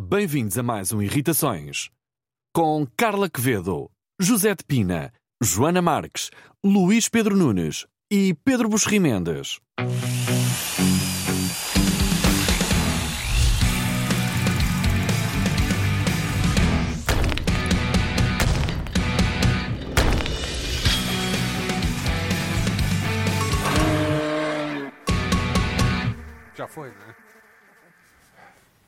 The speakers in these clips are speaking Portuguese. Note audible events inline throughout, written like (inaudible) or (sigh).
bem-vindos a mais um Irritações. Com Carla Quevedo, José de Pina, Joana Marques, Luís Pedro Nunes e Pedro Busri Mendes. Já foi, não é?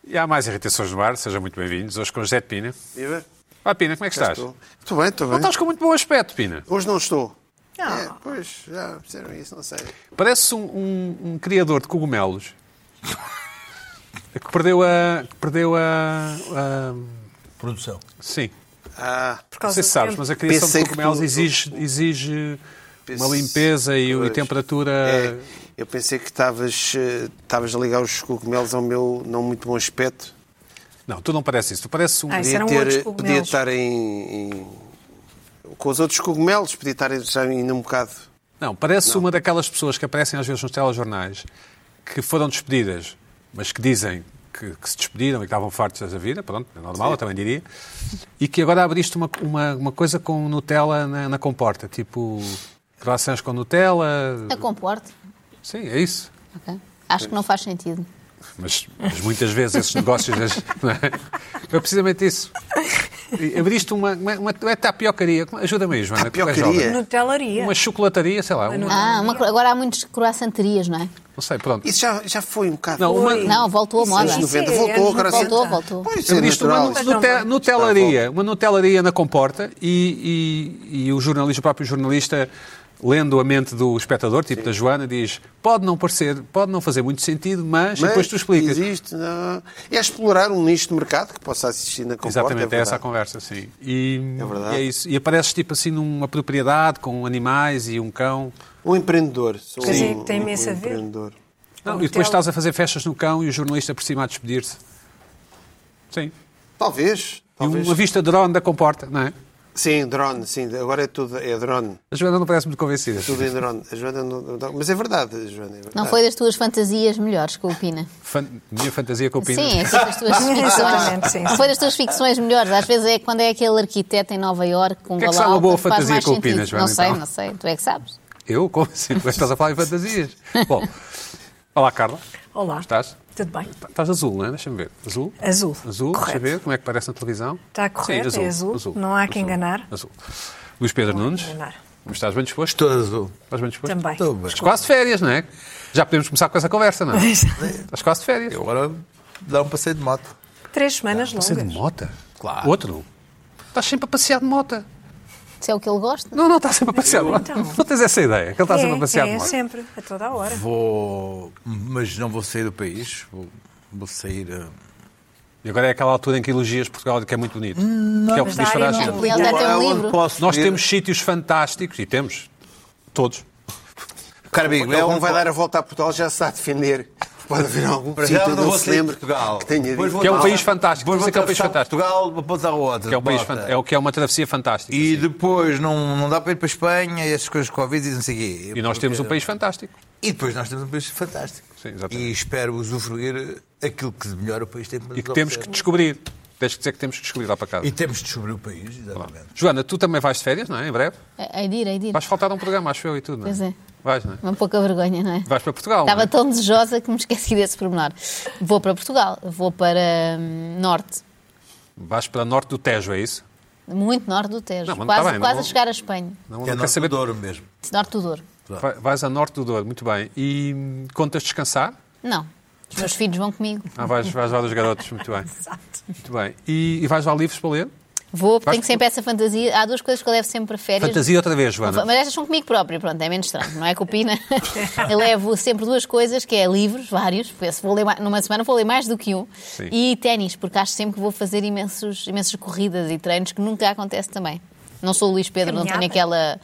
E há mais irritações no ar, sejam muito bem-vindos. Hoje com o José de Pina. Viva. Olá, Pina, como é que Já estás? estou. Estou bem, estou Não bem. estás com muito bom aspecto, Pina. Hoje não estou. É, pois, já fizeram isso, não sei. Pareces um, um- um criador de (laughs) cogumelos que perdeu a. que perdeu a. a- Produção. sim. Ah, Por Não causa sei se do sabes, tempo. mas a criação Pensei de que cogumelos tu- exige, exige uma Pense- limpeza e, e Pois. temperatura. é, eu pensei que estavas eh, estavas a ligar os cogumelos ao meu não muito bom aspecto. Não, tu não pareces isso. Tu pareces um. Ah, isso Podia, eram outros ter, cogumelos. podia estar em, em- Com os outros cogumelos, podia estar já ainda um bocado. Não, parece uma daquelas pessoas que aparecem às vezes nos telejornais que foram despedidas, mas que dizem que, que se despediram e que estavam fartos da vida, pronto, é normal, eu também diria, e que agora abriste uma, uma, uma coisa com Nutella na, na comporta, tipo croissants com Nutella, A comporte. sim, é isso. É ok? Acho que não faz sentido. Mas, mas muitas vezes esses negócios... não é? é precisamente isso. E Abriste uma, uma, uma, não é tapiocaria, ajuda-me aí, Joana. tu és jovem. Tapiocaria? Nutelaria. Uma chocolataria, sei lá, uma- Ah, uma cro- agora há muitos croissanterias, não é? não sei, pronto. Isso já, já foi um bocado. Não, uma- Não, voltou a moda. Anos Isso é 90, voltou, anos agora 90. Voltou, voltou. Pois é, Eu disse uma natural. nute- isso. nute- nutelaria, uma nutelaria na comporta e, e- e o jornalista, o próprio jornalista, lendo a mente do espectador, tipo da Joana, diz pode não parecer, pode não fazer muito sentido, mas, e Mas depois tu explicas. Existe, não. É explorar um nicho de mercado que possa assistir na comporta. Exatamente, é, essa a verdade. conversa, sim. E É verdade. e é isso. E apareces tipo assim numa propriedade com animais e um cão. Um empreendedor. Sou Pois é, um, que tem um- imenso um a ver. empreendedor. Não, e Com depois Nutella. estás a fazer festas no cão e o jornalista por cima a despedir-se. Sim. Talvez. E talvez. uma vista drone da comporta, não é? Sim, drone, sim. Agora é tudo é drone. A Joana não parece muito convencida. Tudo em drone. A Joana não- não- mas é verdade, Joana. É verdade. Não foi das tuas fantasias melhores com o Pina. Fan- Minha fantasia com o Pina. Sim, é que das (laughs) tuas Exatamente, ficções. sim, Não sim. foi das tuas ficções melhores. Às vezes é quando é aquele arquiteto em Nova Iorque com que é que gola sabe uma boa alta, faz fantasia mais com o Pina, sentido. Joana, Não sei, então? não sei. Tu é que sabes. Eu? (laughs) Como assim? Mas estás a falar em (laughs) fantasias. Bom, olá Carla. Olá. Estás? Tudo bem? Tá- Estás azul, não é? Deixa-me ver. Azul? Azul, Azul, correto. deixa eu ver como é que parece na televisão. Está correto, é azul. Não há que enganar. Azul. Luís Pedro Nunes, enganar. como estás bem disposto? Estou azul. Estás bem disposto? Também. Estou bem. Estás quase de férias, não é? Já podemos começar com essa conversa, não (laughs) é? (laughs) Mas- Estás quase de férias. Eu agora dá um passeio de moto. Três semanas Passeio de longas. mota? Claro. Outro? Estás sempre a passear de mota. Se é o que ele gosta. Não, não, estás sempre a passear de mota. Então. Não tens essa ideia, que ele está sempre a passear é, de é mota. sempre, a toda a É, hora. Vou. Mas não vou sair do país. Vou, vou sair. eh, E agora é aquela altura em que elogias Portugal, que é muito bonito. que é o que diz mas da toda a área gente. não. Ele até tem um Aonde livro. posso Nós ir? temos sítios fantásticos, e temos, todos. Caro amigo, Ele eu não vai vou- dar a volta a Portugal, já se está a defender. Pode haver algum Para sítio já onde não vou se sair de lembra Portugal. que tenha Depois dito. vou Que é um para lá. país fantástico. Depois Isso é vou que é um país atravessar fantástico. Portugal, uma ponta à outra. Que é, um país de fan- moto. é o que é uma travessia fantástica. E sim. depois não, não dá para ir para a Espanha, essas coisas com Covid e não sei o quê. E nós temos um país fantástico. E depois nós temos um país fantástico. Sim, exatamente. e espero usufruir aquilo que de melhor o país tem para E nos que temos que oferecer. descobrir. Tens que dizer que temos que descobrir lá para casa. E temos de descobrir o país, exatamente. Joana, tu também vais de férias, não é? Em breve. É é de ir, é de ir. Vais faltar a um programa, acho eu, e tudo, não é? Pois é. Vais, não é? Uma pouca vergonha, não é? Vais para Portugal, não Estava é? tão desejosa que me esqueci desse pormenor. Vou para Portugal, vou para hum, Norte, Vais para norte do Tejo, é isso? muito Norte do Tejo, Não, mas não quase, está bem, quase não- a chegar a Espanha, Não, Que é não quero nosso saber. Douro mesmo. Norte do Douro. Vai- Vais a norte do Douro, muito bem. E hum, contas descansar? Não, os meus filhos vão comigo. Ah, vais, vais lá dos garotos, muito (laughs) bem. Exato. Muito bem. E, e vais lá livros para ler? Vou, Vais- tenho sempre essa fantasia. Há duas coisas que eu levo sempre para férias. Fantasia outra vez, Joana. Mas estas são comigo próprio, pronto, é menos estranho, não é com (laughs) o Pina. Eu levo sempre duas coisas, que é livros, vários, penso, vou ler ma- numa semana vou ler mais do que um, e ténis, porque acho sempre que vou fazer imensos, imensas corridas e treinos que nunca acontece também. Não sou o Luís Pedro, não tenho Caminhada. aquela...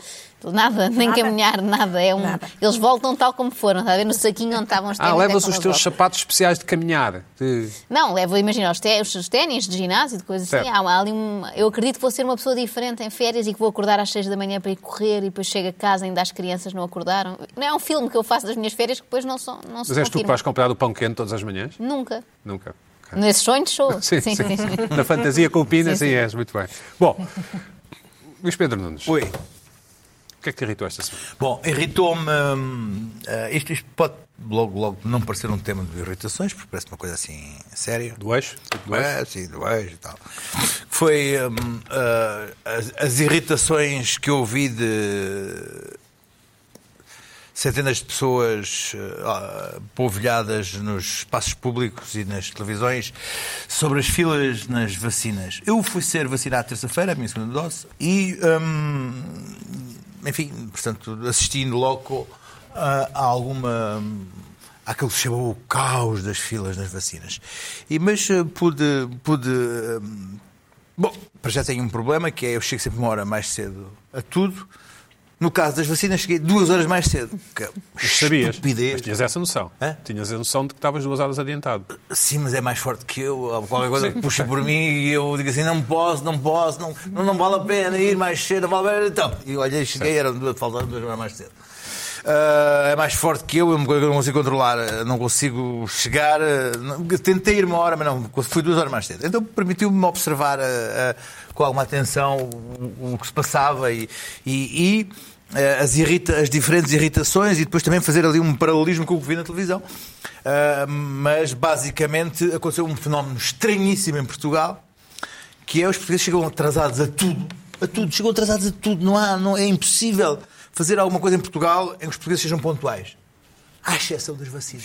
Nada, nem Nada. caminhar, nada. É um... Nada. Eles voltam tal como foram, está a ver? No saquinho onde estavam os ténis. Ah, é levas os como eles teus voltam. sapatos especiais de caminhar. de- Não, levo, imagina, os, té- os ténis de ginásio, de coisas assim. Certo. Há, há ali um- eu acredito que vou ser uma pessoa diferente em férias e que vou acordar às seis da manhã para ir correr e depois chego a casa ainda as crianças não acordaram. Não é um filme que eu faço das minhas férias que depois não, são, não se Mas és tu que confirma. vais comprar o pão quente todas as manhãs? Nunca. Nunca. Nesses sonhos sou. (laughs) Sim, sim. Na fantasia com o Pina, sim, és, muito bem. Bom, Luís Pedro Nunes, Oi. o que é que te irritou esta semana? Bom, irritou-me. hum, ah, isto, isto pode logo, logo não parecer um tema de irritações, porque parece uma coisa assim séria. Do eixo? Do eixo? É, sim, do beijo e tal. Foi hum, ah, as, as irritações que eu ouvi de centenas de pessoas ah, polvilhadas nos espaços públicos e nas televisões sobre as filas nas vacinas. Eu fui ser vacinado terça-feira, a minha segunda dose, e hum, enfim, portanto, assistindo loco a, a alguma. àquilo que se chamou o caos das filas nas vacinas. E, mas eh, pude. pude hum, bom, para já tenho um problema que é eu chego sempre uma hora mais cedo a tudo. No caso das vacinas, cheguei duas horas mais cedo. Que é Sabias? Estupidez. Mas tinhas essa noção. Hã? Tinhas a noção de que estavas duas horas adiantado. Sim, mas é mais forte que eu. ou Qualquer coisa que puxa por mim e eu digo assim: não posso, não posso, não, não, não vale a pena ir mais cedo, vale a pena. Então, e olhei, cheguei, eram duas, faltavam duas horas mais cedo. Ah, é mais forte que eu, é uma coisa que eu não consigo controlar, eh, não consigo chegar. eh, não- Tentei ir uma hora, mas não, fui duas horas mais cedo. Então permitiu-me observar eh, eh, com alguma atenção o, o que se passava e, e- e, eh, as, irrita- as diferentes irritações e depois também fazer ali um paralelismo com o que vi na televisão. Ah, mas basicamente aconteceu um fenómeno estranhíssimo em Portugal, que é os portugueses chegam atrasados a tudo, a tudo, chegam atrasados a tudo, não há, não é impossível fazer alguma coisa em Portugal em que os portugueses sejam pontuais, à exceção das vacinas.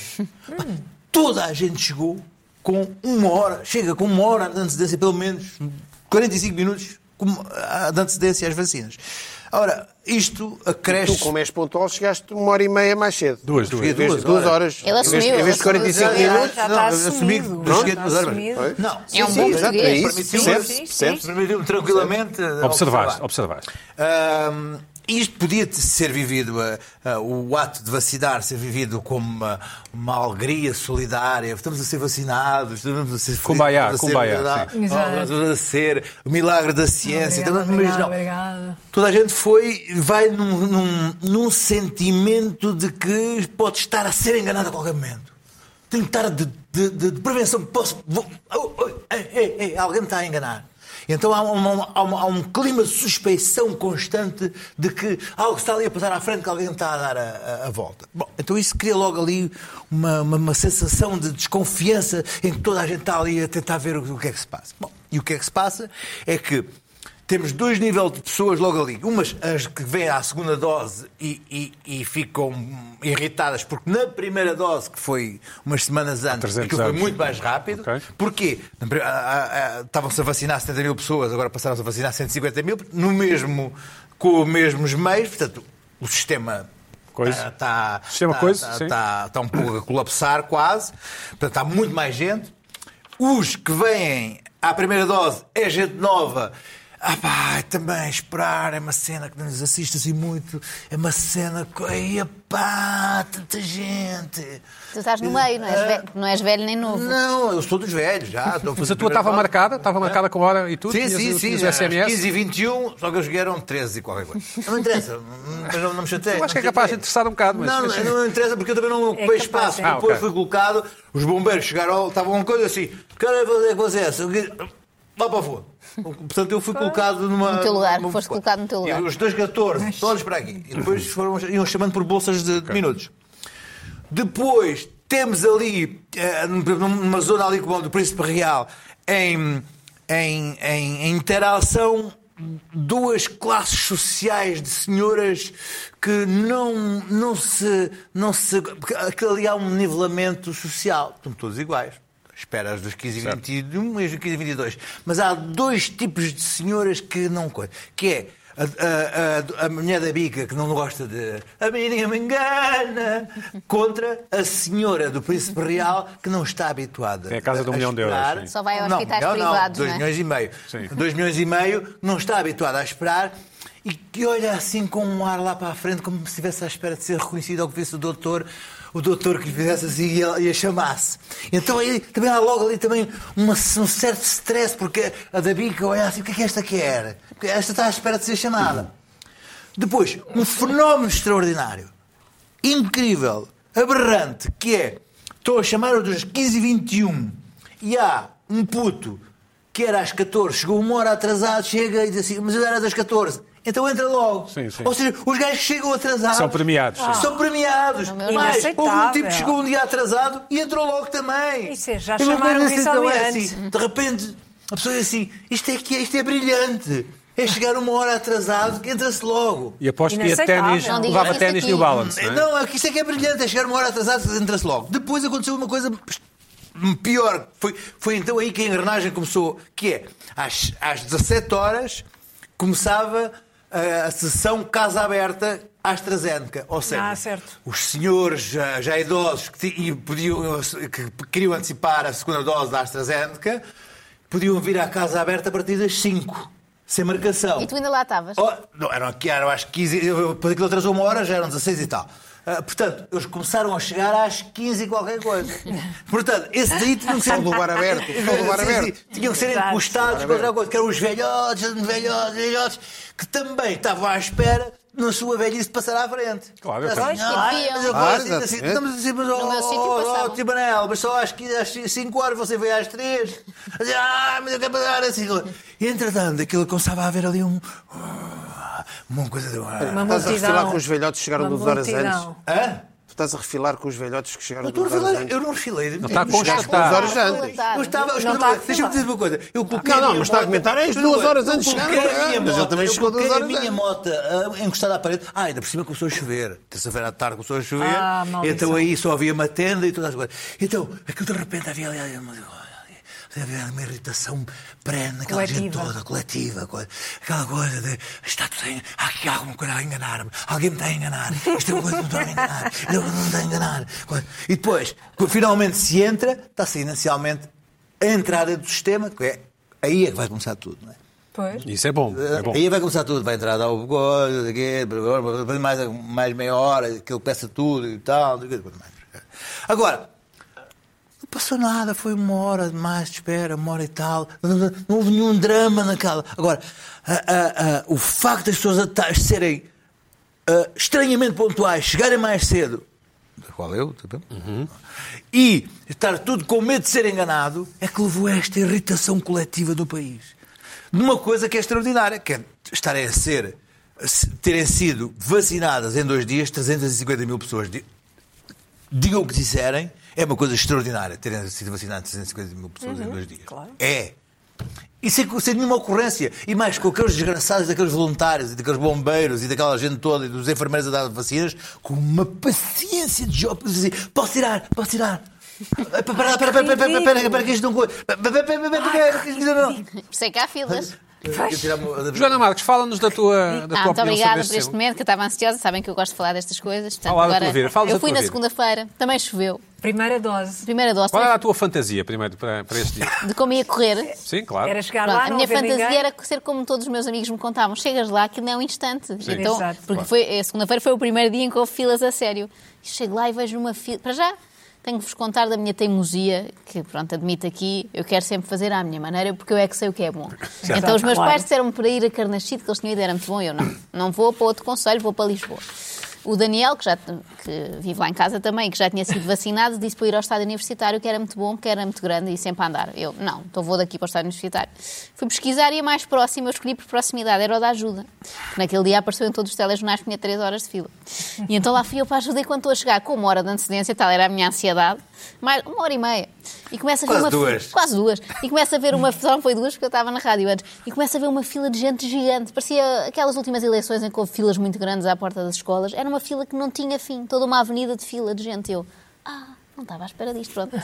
Pá, Toda a gente chegou com uma hora, chega com uma hora de antecedência, pelo menos 45 minutos com- ah, de antecedência às vacinas. Ora, isto acresce... Tu, como és pontual, chegaste uma hora e meia mais cedo. Duas, duas. Em vez de Duas duas horas. Ele assumiu, Em vez- Em vez de ele assumiu. 45 Já- minutos. já não, está eu assumi que assumido. cheguei Está duas horas. assumido. Não, É um bom exato, português. é isso. Permitiu- Percebes? Sim, sim. Percebes? Permitiu-me tranquilamente eh, Observaste, observar. observaste. Ahm, isto podia te ser vivido, eh, eh, o ato de vacinar ser vivido como uma, uma alegria solidária. Estamos a ser vacinados, estamos a ser felizes, Kumbaya, estamos a ser kumbaya, verdade- sim. Exato. estamos a ser o milagre da ciência. então Obrigada, Estamos- mas obrigada, não. obrigada. Toda a gente foi, vai num, num, num sentimento de que pode estar a ser enganado a qualquer momento. Tenho que estar de, de- de- de prevenção. Posso. Vou, oh, oh, ei, ei, ei, alguém me está a enganar. Então há, uma- há uma- há um clima de suspeição constante de que algo está ali a passar à frente, que alguém me está a dar a, a- a volta. Bom, então isso cria logo ali uma, uma- uma sensação de desconfiança em que toda a gente está ali a tentar ver o, o que é que se passa. Bom, e o que é que se passa é que temos dois níveis de pessoas logo ali. Umas as que vêm à segunda dose e, e- e ficam irritadas porque na primeira dose, que foi umas semanas antes, 300 aquilo foi anos. muito mais rápido. Ok. Porquê? Na pri- a- a- a- Estavam-se a vacinar 70 mil pessoas, agora passaram-se a vacinar 150 mil, no mesmo, com os mesmos meios, portanto, o sistema Coisa. está Sistema tá- coisa, tá- sim. tá- tá um pouco a colapsar quase, portanto há muito mais gente. Os que vêm à primeira dose é gente nova. Ah pá, também esperar, é uma cena que não nos assiste assim muito, é uma cena que, ai pá, tanta gente. Tu estás no meio, não és, velho, não és velho nem novo. Não, eu sou dos velhos já. estou Mas fazer a tua estava primeira dose. marcada, estava marcada com hora e tudo? Sim, tinhas, sim, é sim. tinhas às o SMS? 15 e 21, só que eu cheguei eram 13 e qualquer coisa. Não me interessa, mas não, não me chatei. Eu acho que é não me capaz de chatei. interessar um bocado, mas- Não, não, não me interessa porque eu também não ocupei capaz, espaço. é. Ah, Depois ok. foi colocado, os bombeiros chegaram, ao- estavam uma coisa assim, quero fazer com acesso. é?" Vá para fora. Portanto, Ah. eu fui colocado numa. No teu lugar, numa- foste colocado no teu lugar. E os dois 14, todos para aqui. E depois foram, iam chamando por bolsas de de minutos. Depois temos ali, eh, numa zona ali como a do Príncipe Real, em, em, em- em interação, duas classes sociais de senhoras que não, não se. Não se porque aquilo ali há um nivelamento social. Estão todos iguais. Esperas dos 15 e 21 e dos 15 e 22. Mas há dois tipos de senhoras que não coisa. Que é a, a- a- a mulher da bica que não gosta de. A menina me engana! Contra a senhora do Príncipe Real que não está habituada. Tem a casa de um milhão de euros, esperar- sim. Só vai aos Não, hospitais milhão não, privados, dois não é? milhões e meio. Sim. dois milhões e meio não está habituada a esperar e que olha assim com um ar lá para a frente, como se estivesse à espera de ser reconhecido ou que visse o doutor. O doutor que lhe fizesse assim e a, e a chamasse. Então aí também há logo ali também uma- um certo stress, porque a da bica olha assim, o que é que esta quer? Esta está à espera de ser chamada. Depois, um fenómeno extraordinário, incrível, aberrante, que é: estou a chamar o dos 15 e 21 e há um puto que era às 14, chegou uma hora atrasado, chega e diz assim, mas eu era das 14. Então entra logo. Sim, sim. Ou seja, os gajos que chegam atrasados. Ah. São premiados, sim. São premiados. meu Mas Deus. houve um tipo que chegou um dia atrasado e entrou logo também. Isso é, já Eu não chamaram lembro assim, isso ao então é Mirante. assim, de repente, a pessoa é assim, isto é, que é, isto é brilhante. É chegar uma hora atrasado, que entra-se logo. E aposto que ia Inaceitável. ténis, Não digas levava isso ténis aqui. New Balance, não é? Não, é que isto é que é brilhante, é chegar uma hora atrasada, entra-se logo. Depois aconteceu uma coisa pior, foi, foi então aí que a engrenagem começou, que é, às, às 17 horas começava eh, a, a sessão Casa Aberta AstraZeneca, ou seja, Ah, certo. os senhores já, já idosos que, ti- e podiam, que queriam antecipar a segunda dose da AstraZeneca podiam vir à Casa Aberta a partir das 5, sem marcação. E tu ainda lá estavas. Oh, não, eram aqui, eram às 15, eu- eu- depois aquilo atrasou uma hora, já eram 16 e tal. Ah, portanto, eles começaram a chegar às 15 e qualquer coisa. Portanto, esse daí tinham que ser. Foi um lugar aberto, foi um lugar Sim, sim, aberto. Tinham que ser Exato. encostados contra alguma coisa, que eram os velhotes, velhotes, velhotes, que também estavam à espera. Na sua velhice de passar à frente. Claro, eu Assim, penso. ah, Pois, mas eu claro, gosto assim, assim, exatamente. estamos assim, mas meu oh, sítio oh, passavam. Tibanel, mas só às, qui- às 5 horas você veio às 3. Ah, mas eu quero pagar assim. E entretanto, aquilo começava a haver ali um. Uma coisa de. Uma Estás a refilar multidão. com os velhotes que chegaram Uma duas horas multidão. antes. Hã? Tu estás a refilar com os velhotes que chegaram Eu estou a duas horas refilar. antes. Eu não refilei. Não está a constatar. Duas horas antes. Tá. Eu estava. Não está a Deixa-me refilar. dizer uma coisa. Eu coloquei. tá Não, a não, minha mas está a moto- comentar, é as Desculpa, duas horas eu antes de chegar. coloquei a minha Mas ele moto- também eu chegou duas horas coloquei a minha antes. moto ah, encostada à parede. Ah, ainda por cima começou a chover. Terça-feira à tarde começou a chover. Ah, maldição. então aí só havia uma tenda e todas as coisas. Então, aquilo de repente havia ali. ali uma- Havia uma irritação perene naquela gente Coletiva. toda, coletiva, coisa. aquela coisa de está tudo em, há aqui alguma coisa a enganar-me, alguém me está a enganar, isto é uma coisa que me está a enganar, eu não me está a enganar. coisa. E depois, quando finalmente se entra, está-se inicialmente a entrada do sistema, que é aí é que vai começar tudo, não é? Pois. Isso é bom, é bom. Aí vai começar tudo, vai entrar ao bugolho, depois mais, mais meia hora, que ele peça tudo e tal. não sei o quê, depois mais. Agora, não passou nada, foi uma hora de mais de espera, uma hora e tal. Não, não- não houve nenhum drama naquela. Agora, a- a- a- o facto das pessoas ata- serem ah, estranhamente pontuais, chegarem mais cedo, da qual eu, tá bem? e estar tudo com medo de ser enganado, é que levou a esta irritação coletiva do país. Numa coisa que é extraordinária, que é estarem a ser, a se- terem sido vacinadas em dois dias 350 mil pessoas. Di- Digam o que disserem, é uma coisa extraordinária terem sido vacinadas 350 mil pessoas em dois dias. claro. É. E sem, sem nenhuma ocorrência. E mais, com aqueles desgraçados daqueles voluntários e daqueles bombeiros e daquela gente toda e dos enfermeiros a dar vacinas, com uma paciência de jovens assim, posso tirar, posso tirar. Espera, espera, espera, espera, espera, espera, espera, que isto não... co- Espera, espera, espera, espera, espera, que isto não... Por isso é que há filas. Eu tirava- Joana Marques, fala-nos da tua, da tua Ah, muito opinião obrigada sobre por este este tema. momento, que eu estava ansiosa. Sabem que eu gosto de falar destas coisas. portanto, Fala da tua vida, fala da eu fui tua na vida. segunda-feira, também choveu. Primeira dose. Primeira dose Qual era a tua fantasia, primeiro, para, para (laughs) este dia? de como ia correr. Sim, claro. Ah, Era É, chegar Pronto, lá, a não minha haver fantasia ninguém. era ser como todos os meus amigos me contavam. Chegas lá, aquilo não é um instante. Então, Exato. porque Claro. foi, a segunda-feira foi o primeiro dia em que houve filas a sério. E Chego lá e vejo uma fila. Para já, tenho que vos contar da minha teimosia, que pronto, admito aqui, eu quero sempre fazer à minha maneira, porque eu é que sei o que é bom. Então, os meus Claro. pais disseram-me para ir a Carnachide, que eles tinham ido, era muito bom, eu não. Não vou para outro conselho, vou para Lisboa. O Daniel, que, já, que vive lá em casa também, que já tinha sido vacinado, disse para eu ir ao estádio universitário, que era muito bom, que era muito grande e sempre a andar. Eu, não, então vou daqui para o estádio universitário. Fui pesquisar e a mais próxima, eu escolhi por proximidade, era o da ajuda. que Naquele dia apareceu em todos os telejornais que tinha três horas de fila. E então lá fui eu para a ajuda e quando estou a chegar, com uma hora de antecedência, e tal era a minha ansiedade, mais uma hora e meia. E começa a ver Quase uma duas. quase duas. E começa a ver uma. Só não foi duas porque eu estava na rádio antes. E começa a ver uma fila de gente gigante. Parecia aquelas últimas eleições em que houve filas muito grandes à porta das escolas. Era uma fila que não tinha fim. Toda uma avenida de fila de gente. Eu. Ah, não estava à espera disto. Pronto.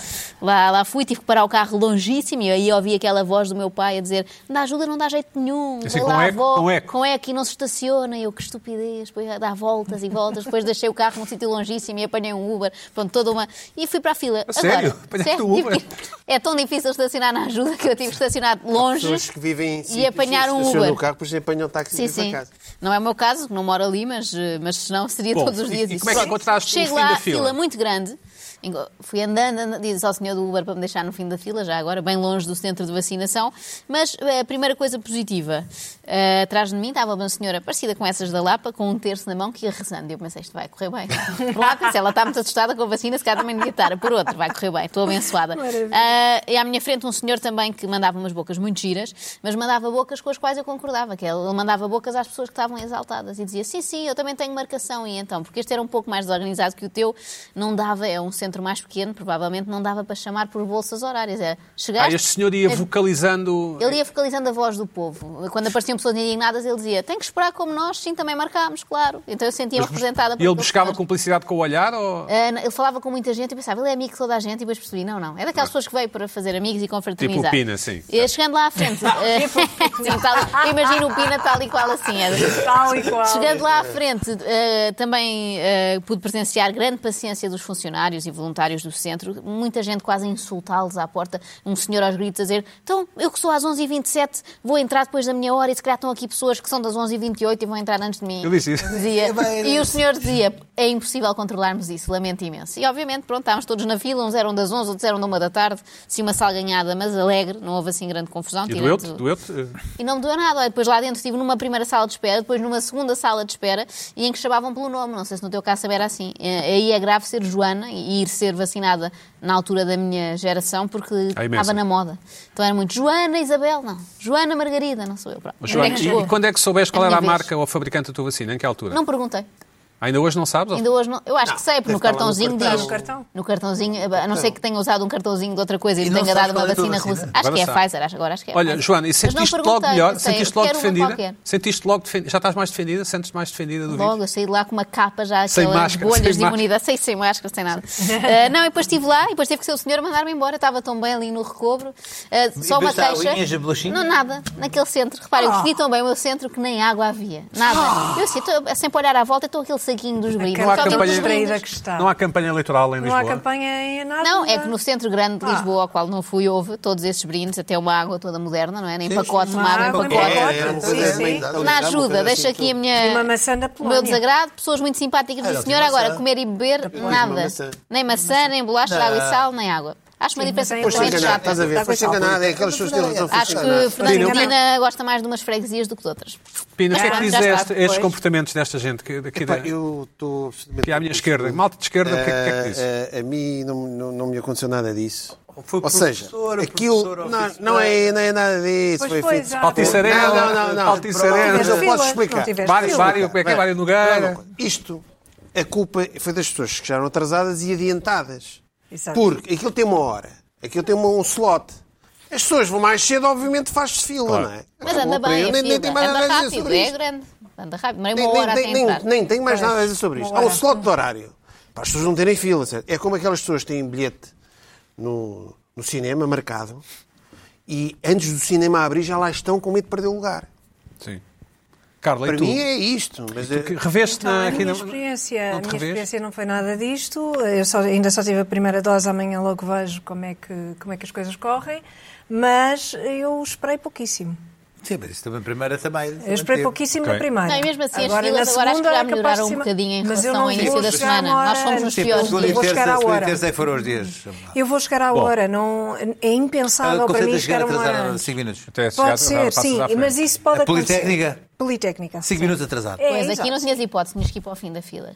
Lá, lá fui, tive que parar o carro longíssimo e aí ouvi aquela voz do meu pai a dizer: dá ajuda, não dá jeito nenhum. Assim, Vai com lá, eco, avó." com eco. com eco e não se estaciona. Eu, que estupidez, depois dá voltas e voltas. Depois deixei o carro num sítio longíssimo e apanhei um Uber. Pronto, toda uma. E fui para a fila. A sério? Agora, Apanhaste sério, o Uber? tive que- É tão difícil estacionar na ajuda que eu tive que estacionar longe Pessoas que vivem em sítios e apanhar um estacionam Uber. o carro, depois apanham o táxi e Sim, vêm para sim. casa. Não é o meu caso, que não moro ali, mas, eh, mas senão seria Bom, todos os e- dias e isso. como é que Pronto, encontraste o Chego fim lá, da fila? muito grande. engo- fui andando, andando, diz ao senhor do Uber para me deixar no fim da fila, já agora, bem longe do centro de vacinação. Mas eh, a primeira coisa positiva, eh, atrás de mim estava uma senhora parecida com essas da Lapa, com um terço na mão, que ia rezando. E eu pensei, isto vai correr bem. (laughs) Por lá, pensei, ela está muito assustada com a vacina, se calhar também devia estar. Por outro, vai correr bem, estou abençoada. Maravilha. Ah, e à minha frente um senhor também que mandava umas bocas muito giras, mas mandava bocas com as quais eu concordava, que é, ele ele mandava bocas às pessoas que estavam exaltadas e dizia, sim, sim, eu também tenho marcação, e então, porque este era um pouco mais desorganizado que o teu, não dava, é um centro mais pequeno, provavelmente não dava para chamar por bolsas horárias, era, chegaste... Ah, este senhor ia Este- vocalizando. Ele ia focalizando a voz do povo. Quando apareciam pessoas indignadas, ele dizia: Tem que esperar como nós, sim, também marcámos, claro. Então eu sentia-me representada por E ele aqueles buscava senhores. cumplicidade com o olhar ou. Ah, não, ele falava com muita gente e pensava, ele é amigo de toda a gente, e depois percebi, não, não. É daquelas pessoas que veio para fazer amigos e confraternizar. Tipo o Pina, sim. E chegando lá à frente, eh, (laughs) sim, tal- eu imagino o Pina tal e qual assim. é. (laughs) Tal e qual. Chegando É. lá à frente, eh, também eh, pude presenciar grande paciência dos funcionários e voluntários do centro, muita gente quase a insultá-los à porta, um senhor aos gritos a dizer, então, eu que sou às 11h27, vou entrar depois da minha hora e se calhar estão aqui pessoas que são das 11h28 e vão entrar antes de mim. Ele disse isso. Dizia. É bem- E o senhor dizia: é impossível controlarmos isso, lamento imenso. E obviamente, pronto, estávamos todos na fila, uns eram das 11, outros eram da 1 da tarde, sim, uma salganhada, mas alegre, não houve assim grande confusão. E tirando- doeu-te? Doeu-te? E não me doeu nada. Olha, Depois lá dentro estive numa primeira sala de espera, depois numa segunda sala de espera, e em que chamavam pelo nome, não sei se no teu caso era assim. Eh, Aí é grave ser Joana e ir ser vacinada na altura da minha geração, porque Há imensa. estava na moda. Então era muito Joana Isabel, não. Joana Margarida, não sou eu própria. Mas, Joana, Onde é que e, chegou? e quando é que soubeste qual A era a minha vez. marca ou a fabricante da tua vacina? Em que altura? Não perguntei. Ainda hoje não sabes? Ainda hoje não. Eu acho que sei, porque no deve estar lá no cartãozinho cartão. diz. No cartão. No cartãozinho, a não ser que tenha usado um cartãozinho de outra coisa e, E não tenha sabes dado uma qual é a tua vacina vacina? russa. Acho Agora que é a sabe. Pfizer, acho agora acho que é. a Olha, Pfizer. Joana, e Mas não sentiste logo perguntei, melhor? pensei, Sentiste logo quero uma defendida? qualquer. Sentiste logo defendida? Já estás mais defendida? Sentes mais defendida do Logo, vírus? eu saí de lá com uma capa já, Sem aquelas máscara, sem bolhas de máscara. imunidade, sem, sem máscara, sem (laughs) nada. Ah, não, e depois estive lá e depois teve que ser o senhor a mandar-me embora, estava tão bem ali no recobro. Ah, só uma Bebeste queixa. aguinhas, a bolachinha? Não, nada, naquele centro. Reparem, eu escolhi Ah. tão bem o meu centro que nem água havia. Nada. Eu assim, estou sempre a olhar à volta, estou aquele saquinho dos brindes. Não há só mesmo campanha- os brindes. Distraída que está. Não há campanha eleitoral em Não há Lisboa? campanha em nada. Não, é que no centro grande de Ah. Lisboa, ao qual não fui, houve todos esses brindes, até uma água toda moderna, não é? Nem pacote, Uma uma água em água em pacote. pacote. É, é uma coisa Sim, bem- sim. aliás, Na uma coisa ajuda, deixa assim aqui a tudo. minha, E uma maçã da o meu Polónia. desagrado, pessoas muito simpáticas Olha, do eu é senhor, tenho maçã. agora comer e beber, nada. tipo maçã. Nem maçã, nem bolacha, água e sal, nem água. Acho uma diferença mas é Foste completamente enganado, importante. chata. estás a ver? Está Foste com essa enganado, é aquelas pessoas que não Acho são que Fernando Fernando. Medina gosta mais de umas freguesias do que de outras. Pina, o que é que Ah, já dizes a está, este- a estes pois. comportamentos desta gente que, daqui da, Pá, eu estou absolutamente que é à minha esquerda? Malta de esquerda, o que, é- o que é que dizes? Ah, ah, a mim não, não, não me aconteceu nada disso. Foi Ou seja, professor, aquilo professor, não, office não, é, não é nada disso. Pois Foi foi, feito. já. Alticerena, Não, não, não, não. Alticerena. Mas eu Fila, posso explicar. não tiveste Vários, fila. vários, como é que é? Vários Nogueira. Isto, a culpa foi das pessoas que chegaram atrasadas e adiantadas. Exato. Porque aquilo tem uma hora, aquilo tem uma- um slot. As pessoas vão mais cedo, obviamente faz-se fila, não é? Mas Bom, anda para bem, eu a nem, nem fila. tem mais anda nada a dizer rápido, sobre é isto. grande. Anda rápido, demorei Nem, É uma hora até nem, nem, entrar. nem tem mais nada a dizer sobre isto. Há um hora. slot de horário. Para as pessoas não terem fila. certo? É como aquelas pessoas que têm bilhete no, no cinema marcado e antes do cinema abrir já lá estão com medo de perder o lugar. Sim. Carla, Para e tu? mim é isto. Mas é- Que Reveste Então, Não, na, a Ah, aqui minha na... experiência, não te a minha reveste? experiência não foi nada disto. Eu só- ainda só tive a primeira dose, amanhã logo vejo como é que, como é que as coisas correm. Mas eu esperei pouquíssimo. Sim, mas isso também, primeira também. Eu esperei pouquíssimo Ok. na primeira. Não, e mesmo assim, as agora, filas na agora acho que segunda, já é capaz de melhoraram um ser- bocadinho em Mas eu relação não ao início vou da chegar à semana. Nós fomos nos hora. piores Sim, Segunda Tipo, e Eu vou chegar terça, à segunda e hora. terça é que foram os dias. Eu vou chegar à hora. Não, é impensável Ah, para mim chegar a uma hora. atrasado 5 minutos. Até chegar, Pode agora ser, passas sim, à frente. mas isso pode A acontecer. Politécnica? Politécnica. 5 minutos atrasado. É, Pois, aqui exato. não tinhas hipótese, tinhas que ir para o fim da fila.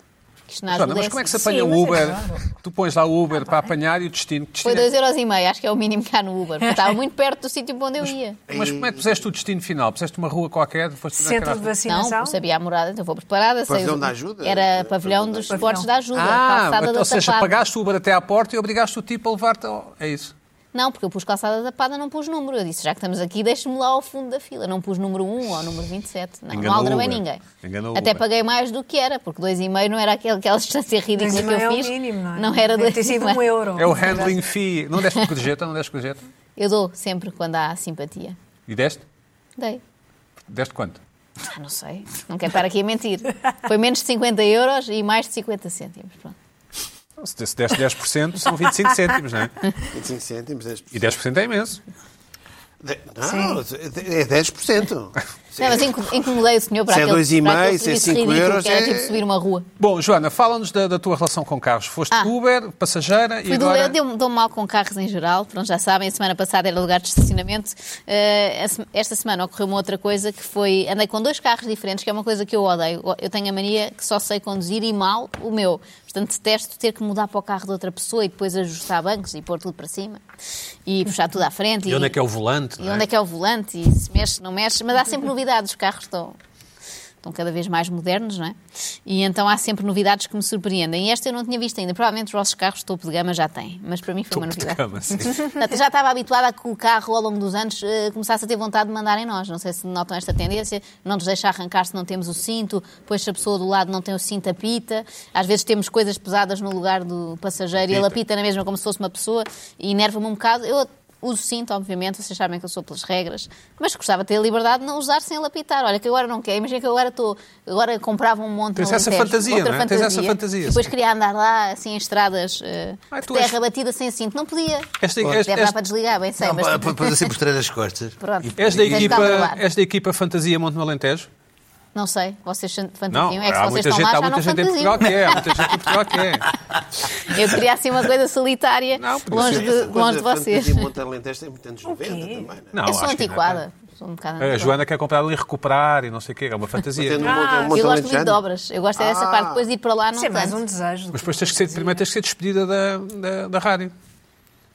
Que isto não Joana, ajuda mas é como é que se assim. apanha Sim, o mas é Uber? claro. Tu pões lá o Uber para apanhar e o destino... que Foi destino é- 2,5€, acho que é o mínimo cá no Uber, porque (laughs) estava muito perto do sítio para onde eu ia. Mas como é que puseste o destino final? Puseste uma rua qualquer? Foste Centro de Não, vacinação. eu sabia a morada, então vou preparada. sei- Pavilhão da ajuda? Era pavilhão dos esportes da ajuda, Ah, calçada da ou seja, tapada. pagaste o Uber até à porta e obrigaste o tipo a levar-te ao... É isso? Não, porque eu pus calçada tapada, não pus número. Eu disse, já que estamos aqui, deixe-me lá ao fundo da fila. Não pus número 1 ou número 27. Não, Enganou não aldrabei o Uber. ninguém. Enganou o Até Uber. paguei mais do que era, porque 2,5 não era aquela, aquela distância Mas ridícula não que é eu o fiz. mínimo, não é? era Deve ter sido 2,5. um euro. É o handling fee. Não deste gorjeta? Não deste gorjeta? Eu dou sempre quando há simpatia. E deste? Dei. Deste quanto? Ah, não sei, não quero estar aqui a mentir. Foi menos de 50 euros e mais de 50 cêntimos. Pronto. Então, Se desse 10%, 10% são 25 cêntimos, não é? 25 cêntimos, 10%. E 10% é imenso. De- Não, é 10%. (laughs) Não, mas inco- incomodei o senhor para Se é aquele, dois e para aquele meio, se é serviço cinco ridículo euros, que era é- tipo subir uma rua. Bom, Joana, fala-nos da, da tua relação com carros. Foste Ah. Uber, passageira e Fui do agora... eu deu-me dou mal com carros em geral, pronto, já sabem, a semana passada era lugar de estacionamento. Eh, a se- esta semana ocorreu uma outra coisa que foi. Andei com dois carros diferentes, que é uma coisa que eu odeio. Eu tenho a mania que só sei conduzir e mal o meu. Portanto, detesto ter que mudar para o carro de outra pessoa e depois ajustar bancos e pôr tudo para cima e puxar tudo à frente. E onde é que é o volante? E não é? onde é que é o volante? E se mexe, não mexe? Mas há sempre novidades, os carros estão, estão cada vez mais modernos, não é? E então há sempre novidades que me surpreendem. E esta eu não tinha visto ainda. Provavelmente os vossos carros topo de gama já têm, mas para mim foi uma Topo de novidade. gama, sim. (laughs) Portanto, eu já estava habituada a que o carro, ao longo dos anos, eh, começasse a ter vontade de mandar em nós. Não sei se notam esta tendência. Não nos deixa arrancar se não temos o cinto, depois se a pessoa do lado não tem o cinto, apita. Às vezes temos coisas pesadas no lugar do passageiro e ele apita na mesma como se fosse uma pessoa e enerva-me um bocado. Eu Uso cinto, obviamente, vocês sabem que eu sou pelas regras, mas gostava de ter a liberdade de não usar sem lapitar. Olha, que agora não quero, imagina que agora estou. Agora comprava um monte Tens no essa Alentejo, fantasia, outra não é? Tens essa fantasia, fantasia, E depois sim. queria andar lá, assim, em estradas eh, Ai, de tu terra és- batida sem cinto. Não podia. Esta- Deve esta- dar esta- para desligar, bem sei, Não, mas. tipo, para para fazer assim por trás as costas. Pronto. É És da Tens de equipa, calcular. és da equipa Fantasia Monte no Alentejo? (laughs) Não sei, vocês fantasiam. Não, é que há se vocês muita estão gente, lá, há já muita não gente em Portugal fantasiam. que é. Há muita gente em Portugal que (laughs) é. Eu queria assim uma coisa solitária, Não, podia longe, ser. de, longe de vocês. E Monte Alentejo tem é muitos anos 90 também, não é? Não, eu sou acho que não. antiquada. Sou um bocado A antiquada. Joana é quer comprar ali e recuperar e não sei o quê. É uma fantasia. Tendo um Monte- um Monte Ah, Eu gosto muito de Alentejano. dobras. Eu gosto é dessa Ah. parte. Depois de ir para lá, não Isso é mais tanto. um desejo. (laughs) Mas do que depois tens que ser, fantasia. primeiro tens que ser despedida da, da, da rádio.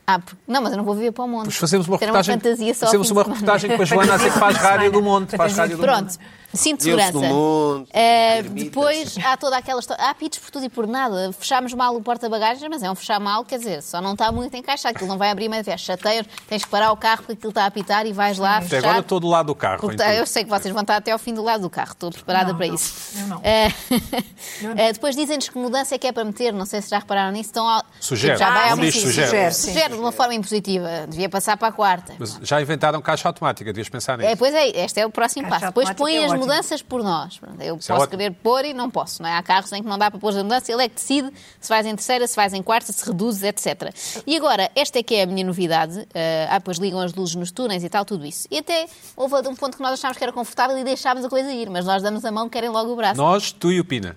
Ah, porque- não, mas eu não vou viver para o mundo. Depois fazemos uma Ter reportagem, fantasia só ao fazemos fim uma de semana. reportagem (laughs) com a Joana a dizer que faz rádio do monte. Faz rádio do monte. Pronto, cinto de segurança. Deus do monte, Eh, ermitas. depois há toda aquela história. Há pitos por tudo e por nada. Fechámos mal o porta-bagagens, mas é um fechar mal, quer dizer, só não está muito encaixado. Aquilo não vai abrir, mas é chateio. Tens que parar o carro porque aquilo está a apitar e vais lá Até fechar. agora estou do lado do carro. Porque então. eu sei que vocês vão estar até ao fim do lado do carro, estou preparada Não, para não. isso. Eu não. Eh, (laughs) Eu não. eh, depois dizem-nos que mudança é que é para meter, não sei se já repararam nisso. Então, há- Sugere. Já vai Ah, ao sim, Diz, sim, sugere. sugere, sim. Sugere de uma forma impositiva, devia passar para a quarta. Mas já inventaram caixa automática, devias pensar nisso. É, pois é, este é o próximo Caixa passo. Depois automática põe é as ótimo. mudanças por nós. Pronto, Eu Isso é posso ótimo. querer pôr e não posso. Não é? Há carros em que não dá para pôr as mudanças, ele é que decide se vais em terceira, se vais em quarta, se reduzes, etc. E agora, esta é que é a minha novidade. eh, ah, pois ligam as luzes nos túneis e tal, tudo isso. E até houve um ponto que nós achámos que era confortável e deixámos a coisa ir, mas nós damos a mão, querem logo o braço. Não, Nós, tu e o Pina.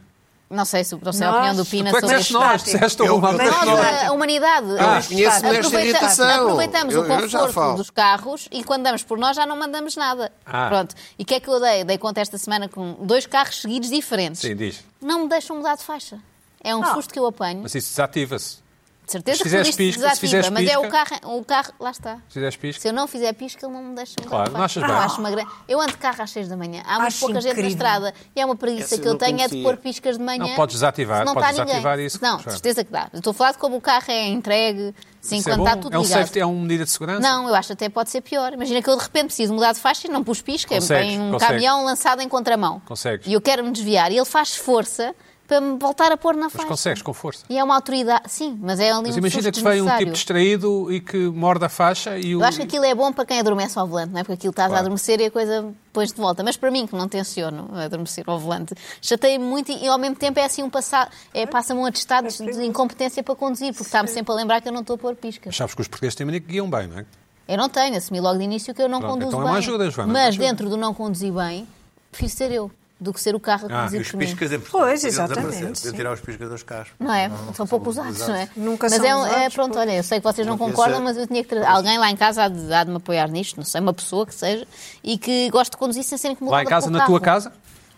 sei se não sei a Nós- opinião do Tu Pina é que sobre disseste este nós, estático. disseste o Eu- eu- nós, Não. é. eh, a humanidade, Ah, conheço-me nesta irritação. aproveitamos Eu- o eu já conforto falo. dos carros e quando damos por nós já não mandamos nada. Ah. Pronto. E o que é que eu dei? Dei conta esta semana com dois carros seguidos diferentes. Sim, diz. Não me deixam mudar de faixa. É um Ah. susto que eu apanho. Mas isso desativa-se. de certeza se que fizeres isto pisca, se desativa, fizeres mas é o pisca- carro, o carro, lá está. Se fizeres pisca. Se eu não fizer pisca, ele não me deixa mudar Claro, de não faixa. achas bem? acho uma gran- Eu ando de carro às seis da manhã, há muito Acho pouca gente na incrível. estrada e é uma preguiça Essa eu que eu não tenho é de conhecia. pôr piscas de manhã. Não, podes desativar, se não podes está ninguém. desativar isso, Não, Joana. certeza que dá. Eu Estou a falar de como o carro é entregue, sim, Isso é quando bom? está tudo é um ligado. safety, é uma medida de segurança? Não, eu acho que até pode ser pior. Imagina que eu de repente preciso mudar de faixa e não pus pisca. Consegues, Tem um consegues. caminhão lançado em contramão. Consegues. E eu quero me desviar. E ele faz força para me voltar a pôr na Mas faixa. consegues, com força. E é uma autoridade. Sim, mas é ali Mas um imagina susto que vem um desnecessário. tipo distraído e que morde a faixa e o... Eu acho que aquilo é bom para quem adormece ao volante, não é? Porque aquilo estás a Claro. adormecer e a coisa pões de volta. Mas para mim, que não tenciono a adormecer ao volante, chateia-me muito e e ao mesmo tempo é assim um passado, é, passa-me um atestado de de incompetência para conduzir, porque está-me sempre a lembrar que eu não estou a pôr pisca. Mas sabes que os portugueses têm mania que guiam bem, não é? Eu não tenho, assumi logo de início que eu não Pronto, conduzo então é bem. uma ajuda, Joana, é uma Mas ajuda. dentro do não conduzir bem, prefiro ser eu do que ser o carro a Ah, conduzir Os por mim. piscas em Portugal né? Pois, podiam exatamente, desaparecer, podiam sim. tirar os piscas dos carros. Não é? São pouco usados, não é? Nunca mas são é, um- é usados, pronto, olha, eu sei que vocês não Porque concordam, esse é- mas eu tinha que trazer. Alguém lá em casa há de, há de me apoiar nisto, não sei, uma pessoa que seja, e que goste de conduzir sem ser incomodada. Lá em casa, pelo na carro. Ah, tua casa?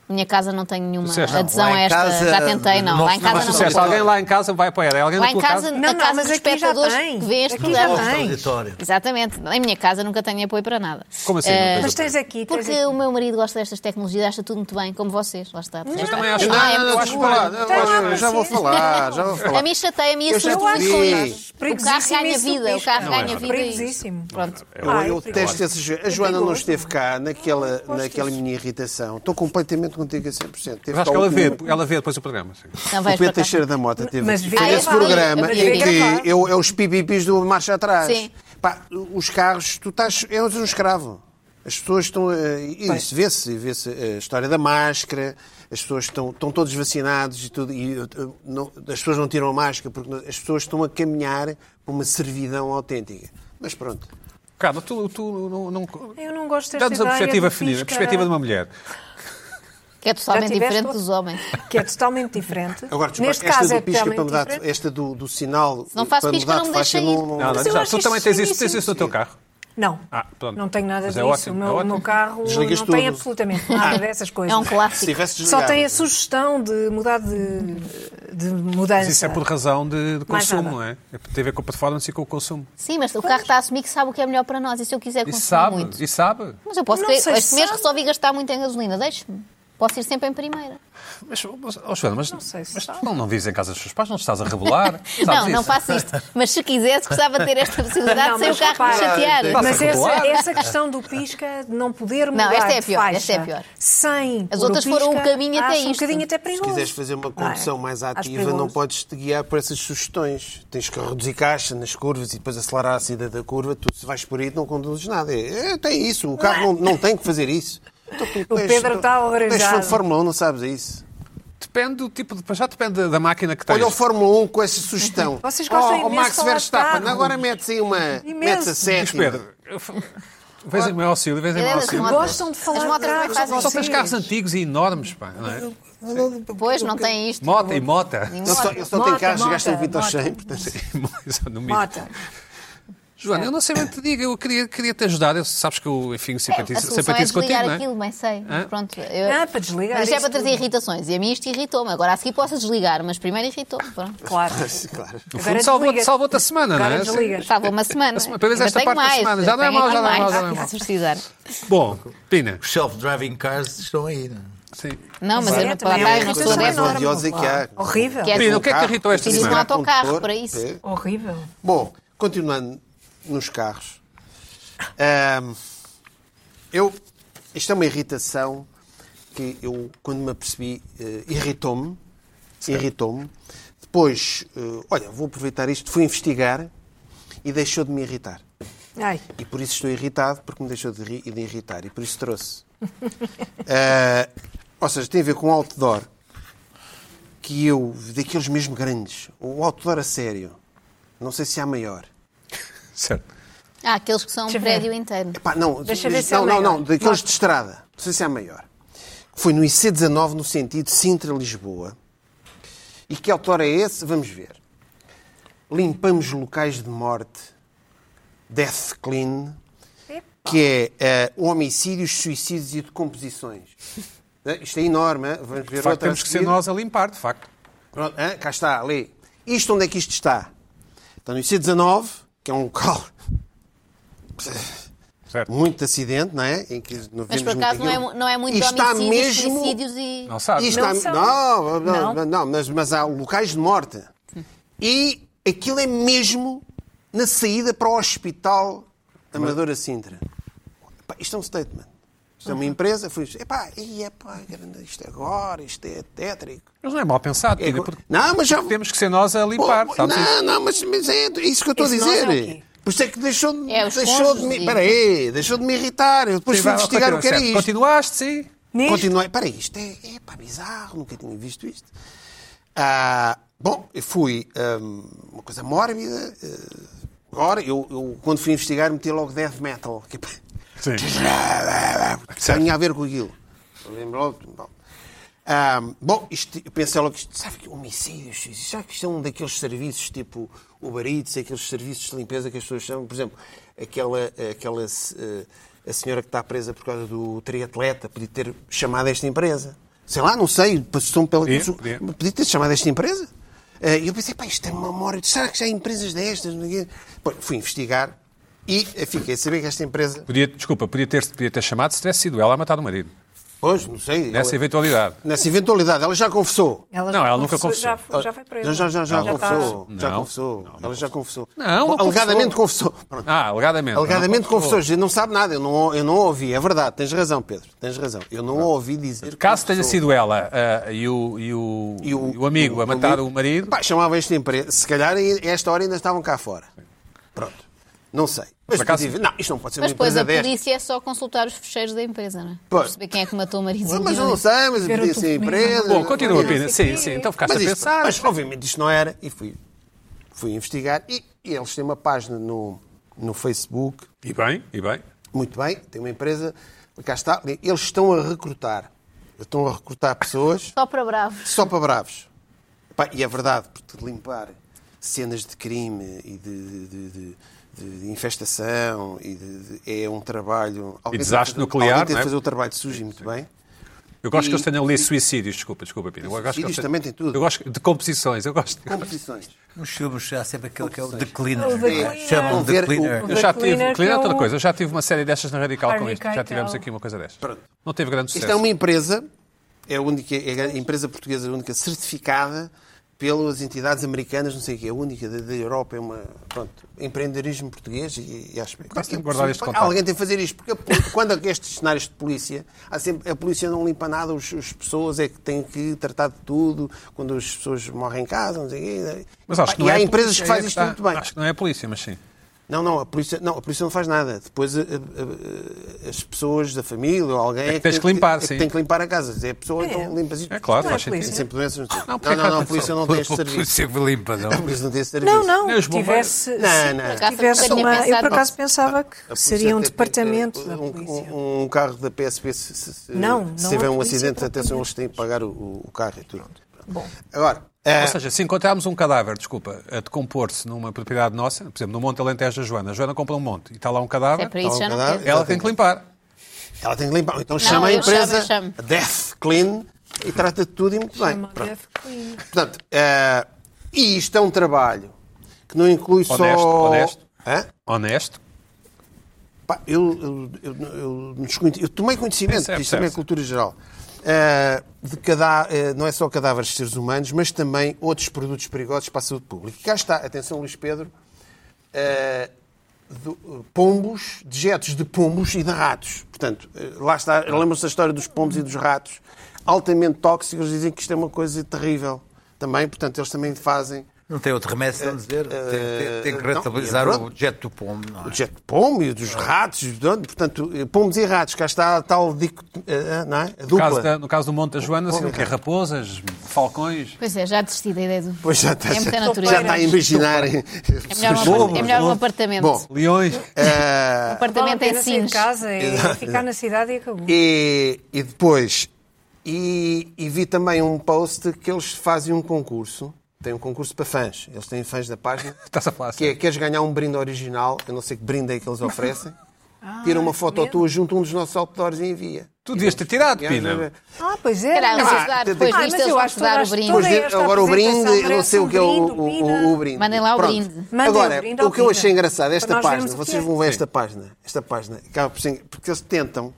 Minha casa não tenho nenhuma Disseste, não, adesão lá a em esta. casa, já tentei, não. não Lá em se casa faz não. Sucesso, não. alguém lá em casa vai apoiar. É alguém Lá na em tua casa, casa? Não, a não, casa mas dos aqui já espectadores tem. que vê este Aqui já programa. tem. Tens. auditório. Exatamente. Em minha casa nunca tenho apoio para nada. Como assim? não Eh, tens Mas o- tens aqui, tens Porque aqui. o meu marido gosta destas tecnologias, acha tudo muito bem, como vocês, lá está. Mas também acho- Ah, Não, não, é muito não, acho bom. que falar, Tem lá eu acho- já vou vocês. falar, (laughs) já vou assim. A falar. mim chateia-me e Eu já assusto muito com percebi. isso. O carro ganha isso vida, o mesmo. carro Não ganha é vida. e- perigosíssimo. Pronto. Ah, é Eu detesto perigoso. essas. A Joana não perigoso. esteve cá naquela, gosto naquela disso. minha irritação. Estou completamente contigo a 100%. Teve Eu acho cá que ela o- vê, ela vê depois o programa. sim. Não O vais Pedro para cá. Teixeira da Mota teve Mas vê- foi Ah, esse eu vi, programa eu vi. em Gravar. que eu, é os pipipis do Marcha Atrás. Sim. Pá, os carros, tu estás. És um escravo. As pessoas estão. eh, e Isso vê-se. Vê-se eh, a história da máscara. As pessoas estão, estão todos vacinados e tudo. E eh, não- as pessoas não tiram a máscara porque não- as pessoas estão a caminhar para uma servidão autêntica. Mas pronto. Carla, tu, tu não, não... Eu não gosto desta Dá-nos a ideia perspectiva feminina, do a Fisca- perspectiva de uma mulher. Que é totalmente tiveste diferente outro? dos homens. (laughs) que é totalmente diferente. Agora, desculpa, Neste esta caso do é pisca totalmente para mudar, diferente. esta do, do sinal não faço para pisca, mudar não de me faixa, deixa ir. não- Não, Mas não, eu já, acho é tu também isso tens isso, tens finíssimo. isso no teu carro. é- Não, Ah, pronto. não tenho nada Mas disso. é ótimo, o é meu, ótimo. meu carro Desligas não tem tudo. absolutamente nada dessas coisas. É um Se clássico. tivesse Só desligado. tem a sugestão de mudar de, de mudança. Mas isso é por razão de, de Mais consumo, nada. não é? É porque Tem a ver com a performance e com o consumo. Sim, mas o carro está a assumir que sabe o que é melhor para nós. E se eu quiser E consumir sabe, muito? e sabe. Mas eu posso Não querer. sei se Este mês sabe. resolvi gastar muito em gasolina. Deixe-me. Posso ir sempre em primeira. Mas, mas, oh, Joana, mas, Não sei se mas tu sabe. não, não vives em casa dos seus pais, não estás a rebolar. não, Sabes não isso? faço isto. Mas se quisesse, gostava de ter esta possibilidade Não, sem o mas carro me repara, chatear. Passa Mas a essa, rolar. essa questão do pisca de não poder mudar esta é a de pior, faixa esta é a pior. sem pôr As o outras foram um pisca, caminho até acho um isto. bocadinho até Se perigoso. quiseres fazer uma Não é? condução mais Acho ativa, perigoso. não podes te guiar por essas sugestões. Tens que reduzir caixa nas curvas e depois acelerar a saída da curva. Tu, se vais por aí, não conduzes nada. É, é, tem isso. O carro não, não tem que fazer isso. Então, tu- tu (laughs) O és- Pedro tu- tu está és fã horrorizado. de Fórmula 1, não sabes isso. Depende do tipo de. Já depende da- da máquina que tens. Olha o Fórmula 1 com essa sugestão. Vocês gostam oh, imenso o Max de falar de Verstappen, carros. agora metes aí uma. Imenso. Metes a Diz Diz, sétima. Pedro, eu f- vês em meu auxílio, vês em Eu meu era auxílio. motos. Gostam de falar As de motas é também carros, fazem vocês. Só tens carros antigos e enormes, pá. não é? Pois, não tem isto. é. Mota e mota. (laughs) E Ele só, mota. ele só tem Mota, carros que mota, gastam 20 ao mota. 100. portanto- Só no mínimo. Mota. Joana, eu não sei bem o que te digo, eu queria, queria te ajudar. Eu, sabes que eu, enfim, A simpatizo, solução é simpatizo contigo, desligar não é? aquilo, bem sei. Hã? Pronto, eu- Ah, para desligar Mas isto é isso para trazer tudo. irritações. E a mim isto irritou-me. Agora a seguir posso desligar, mas primeiro irritou-me. Pronto. Claro. (laughs) Claro. No Agora fundo, salvou-te desliga. salvou a semana, não Agora é? desligas. Estava uma semana. semana- pelo menos Ainda esta tenho parte da mais. semana. Já não é Tenho mau, já aqui não é mau, mais. já não é mau. Ah, preciso precisar. Bom, Pina, Os self-driving cars estão aí, não é? sim. Não, mas eu não, para também lá é eu não uma sou coisa mais adepto. enorme. odiosa que há. Horrível. Que é- Pina, o que é que te carro, irritou esta preciso semana? de um autocarro condutor, para isso. é. Horrível. Bom, continuando ah, nos carros. Ahm, eu, isto é uma irritação que eu, quando me apercebi, eh, irritou-me. Irritou-me. Depois, eh, olha, vou aproveitar isto, fui investigar e deixou de me irritar. Ai, E por isso estou irritado, porque me deixou de, ri- de irritar. E por isso (laughs) trouxe. Ah, ou seja, tem a ver com um outdoor que eu, daqueles mesmo grandes, o outdoor a sério, não sei se há maior. Certo. Há aqueles que são um Deixa eu ver. prédio inteiro. Pá, não, Deixa eu ver se não, é não, maior. não, daqueles Mostra. de estrada, não sei se há maior. Foi no IC19, no sentido Sintra-Lisboa. E que outdoor é esse? Vamos ver. Limpamos locais de morte. Death Clean. que é eh, homicídios, suicídios e decomposições. Eh, Isto é enorme, eh? vamos ver De facto, outra a temos que ser seguir. nós a limpar, de facto. Pronto, eh? Cá está, ali. Isto onde é que isto está? Está no IC19, que é um (laughs) local Certo. muito de acidente, não é? Em que não Mas vemos por muito acaso não é, aquilo. mu- não é muito E está homicídios, mesmo- suicídios e... Não sabe. E Isto... está- Não são. é- não, não, Não. não, mas, mas há locais de morte. E aquilo é mesmo na saída para o Hospital Amadora Sintra. Epá, isto é um statement. Isto é uma empresa. Fui, epá, e epá, grande, isto é agora, isto é tétrico. Mas não é mal pensado, É Pina, co- porque não, mas já. temos que ser nós a limpar, Oh, sabes? isso? não, não, mas, mas é isso que eu estou a Esse nós é o dizer. quê? Por isso é que deixou, de- É, os deixou de cônjuges me. e- Espera aí, deixou de me irritar. Eu depois Sim, fui vai, investigar continua, o que era certo. isto. Continuaste, sim. nisto, Continuei. Espera aí, isto é, é pá, bizarro, nunca tinha visto isto. Ah, bom, eu fui hum, uma coisa mórbida. eh, agora, eu, eu, quando fui investigar, meti logo death metal. Que, é Sim. tinha a ver com aquilo. Eu lembro logo. Bom, Ah, bom isto, eu pensei logo, isto, sabe que homicídios, isto- sabe que isto é um daqueles serviços tipo Uber Eats, aqueles serviços de limpeza que as pessoas chamam, por exemplo, aquela, aquela eh, a senhora que está presa por causa do triatleta, podia ter chamado esta empresa. Sei lá, não sei, passou pela. Podia, podia. podia ter chamado esta empresa. Eh, E eu pensei, pá, isto é uma memória, será que já há empresas destas? Não sei o quê? Bom, fui investigar e eh, fiquei a saber que esta empresa. Podia, desculpa, podia ter, podia ter chamado se tivesse sido ela a matar o marido. Pois, não sei. Nessa ela- eventualidade. Nessa eventualidade, ela já confessou. ela Não, já ela nunca Já, confessou. já foi presa. Já, já, já, já está- confessou. Já Não. confessou. ela já confessou. Não, não Alegadamente confessou. Pronto. Ah, alegadamente. Alegadamente Não confessou. A gente não sabe nada. Eu não, eu não ouvi. É verdade. Tens razão, Pedro. Tens razão. Eu não ouvi dizer. que Caso tenha confessou. sido ela ah, e, o, e, o, e o amigo a matar o marido, Pá, chamava esta empresa. Se calhar, a esta hora ainda estavam cá fora. Pronto. Não sei. Mas Por acaso- podia- não, isto não pode ser uma Mas depois empresa a desta. polícia é só consultar os fecheiros da empresa, não é? Pois. Perceber quem é que matou o marido. Mas eu não sei, mas Ver o podia ser telefonema. empresa. Bom, continua, Podia- Pina. Sim, sim. Então ficaste a Mas, isto- pensar. mas, obviamente isto não era e fui, fui investigar e, e eles têm uma página no, no Facebook. E bem, e bem. Muito bem, tem uma empresa, cá está. Eles estão a recrutar. Estão a recrutar pessoas Só para bravos. só para bravos. Pá, e é verdade, porque limpar cenas de crime e de, de- de- de- de infestação e de- de- é um trabalho. Alguém tem de desastre fazer- nuclear, Alguém tem não de é? fazer o trabalho sujo e muito bem. Eu gosto que E- eles tenham ali suicídios, desculpa, desculpa, Pina. Eu gosto que Suicídios eles tenham- também tem tudo. Eu gosto de composições, eu gosto. Composições. Nos filmes há sempre aquele que é o The Cleaner. O The não é? Cleaner. Chamam Vão The ver o- Cleaner. Eu The já tive, cleaner é Cleaner, que é outra o- coisa, eu já tive uma série destas na Radical com Harvey isto. Já tivemos Keitel. aqui uma coisa destas. Não teve grande Isto é sucesso. uma empresa, é a, única, é a empresa portuguesa a única certificada pelas entidades americanas, não sei o quê, a única da, da Europa, é uma. Pronto, empreendedorismo português e, e acho bem. Quase tenho que guardar este Pá, contacto. Alguém tem que fazer isto, porque a poli- quando há estes cenários de polícia, há sempre, a polícia não limpa nada, os- as pessoas é que têm que tratar de tudo, quando as pessoas morrem em casa, não sei o quê. Mas acho Pá, que não e é há a empresas polícia, que fazem é isto tá. muito bem. Acho que não é a polícia, mas sim. Não, não, a polícia não, a polícia não faz nada. Depois a- a- a- as pessoas da família ou alguém que tens tem- que limpar, é que sim. tem que limpar a casa. É a pessoa então limpa É claro, Não é faz polícia. sentido. Sempre doenças. Não, porque- é não, não, a polícia não (laughs) tem este O serviço. polícia que limpa, não. A polícia não tem este serviço. Não, não. Nem os Se bombeiros. tivesse, Não, se não. acaso, tivesse nunca tinha uma. Eu por pensado. acaso pensava A que polícia seria um tem que ter eh, departamento da um- polícia. Um, um carro da PSP, se, se- se- Não, não se é tiver um polícia acidente, atenção, propriamente. eles têm que pagar o, o carro e tudo. Bom. Agora, eh, Ou seja, se encontrarmos um cadáver, desculpa, a decompor-se numa propriedade nossa, por exemplo, no Monte Alentejo da Joana, a Joana compra um monte e está lá um É cadáver, para Tá isso bom, já não caralho. quero. ela tem que limpar. ela tem que limpar. Então chama a eu chamo, empresa eu chamo. Death Clean e trata de tudo e muito bem. Chamada Pronto. Clean. Portanto, eh, e isto é um trabalho que não inclui Honesto, só. honesto. Hã? Honesto. Pá, eu, eu, eu, eu desconhe- eu tomei conhecimento, Percebe, isto também é percebe-se. cultura geral, eh, de cada, eh, não é só cadáveres de seres humanos, mas também outros produtos perigosos para a saúde pública. E cá está, atenção Luís Pedro, eh, do- eh, pombos, dejetos de pombos e de ratos. Portanto, eh, lá está, lembram-se da história dos pombos e dos ratos, altamente tóxicos, dizem que isto é uma coisa terrível. Também, portanto, eles também fazem Não tem outro remédio, se não dizer. Tem- Tem, tem que não, rentabilizar pronto. o jet do pombo, não O é? jet de pombo e Ah. dos ratos, e de onde? portanto, eh, pombos e ratos, cá está a tal dico, eh, eh, não é? A No caso, da- dupla. no caso do Monte da Joana, sim, Homem. o que é raposas, falcões. Pois é, já desisti da ideia do. Pois já está, É muita já natureza. está a imaginar. É É melhor, um, é melhor um apartamento. Bom, Leões. É. (laughs) Eh, um Vale a apartamento em pena sair de Sines. casa e ficar na cidade e acabou. E, e depois, e, e vi também um post que eles fazem um concurso, tem um concurso para fãs, eles têm fãs da página, Estás a falar que é, sério? queres ganhar um brinde original, eu não sei que brinde é que eles (laughs) oferecem, Ah, tira uma foto tua junto a um dos nossos outdoors e envia. Tu devias ter tirado, é Pina. Ah, pois é. Era, Ah, vocês dar, depois Ah, mas disto, eu eles acho vão-te que dar o todas- brinde. todas- Hoje, esta agora o brinde, apresentação eu não sei o que é o, merece um o, brinde, o, o brinde. Mandem lá o Pronto. brinde. Mandem agora, o brinde ao o que eu Pina, achei engraçado, para esta nós página, vermos o que vocês é. vão ver esta página, esta página, acaba por ser- porque eles tentam,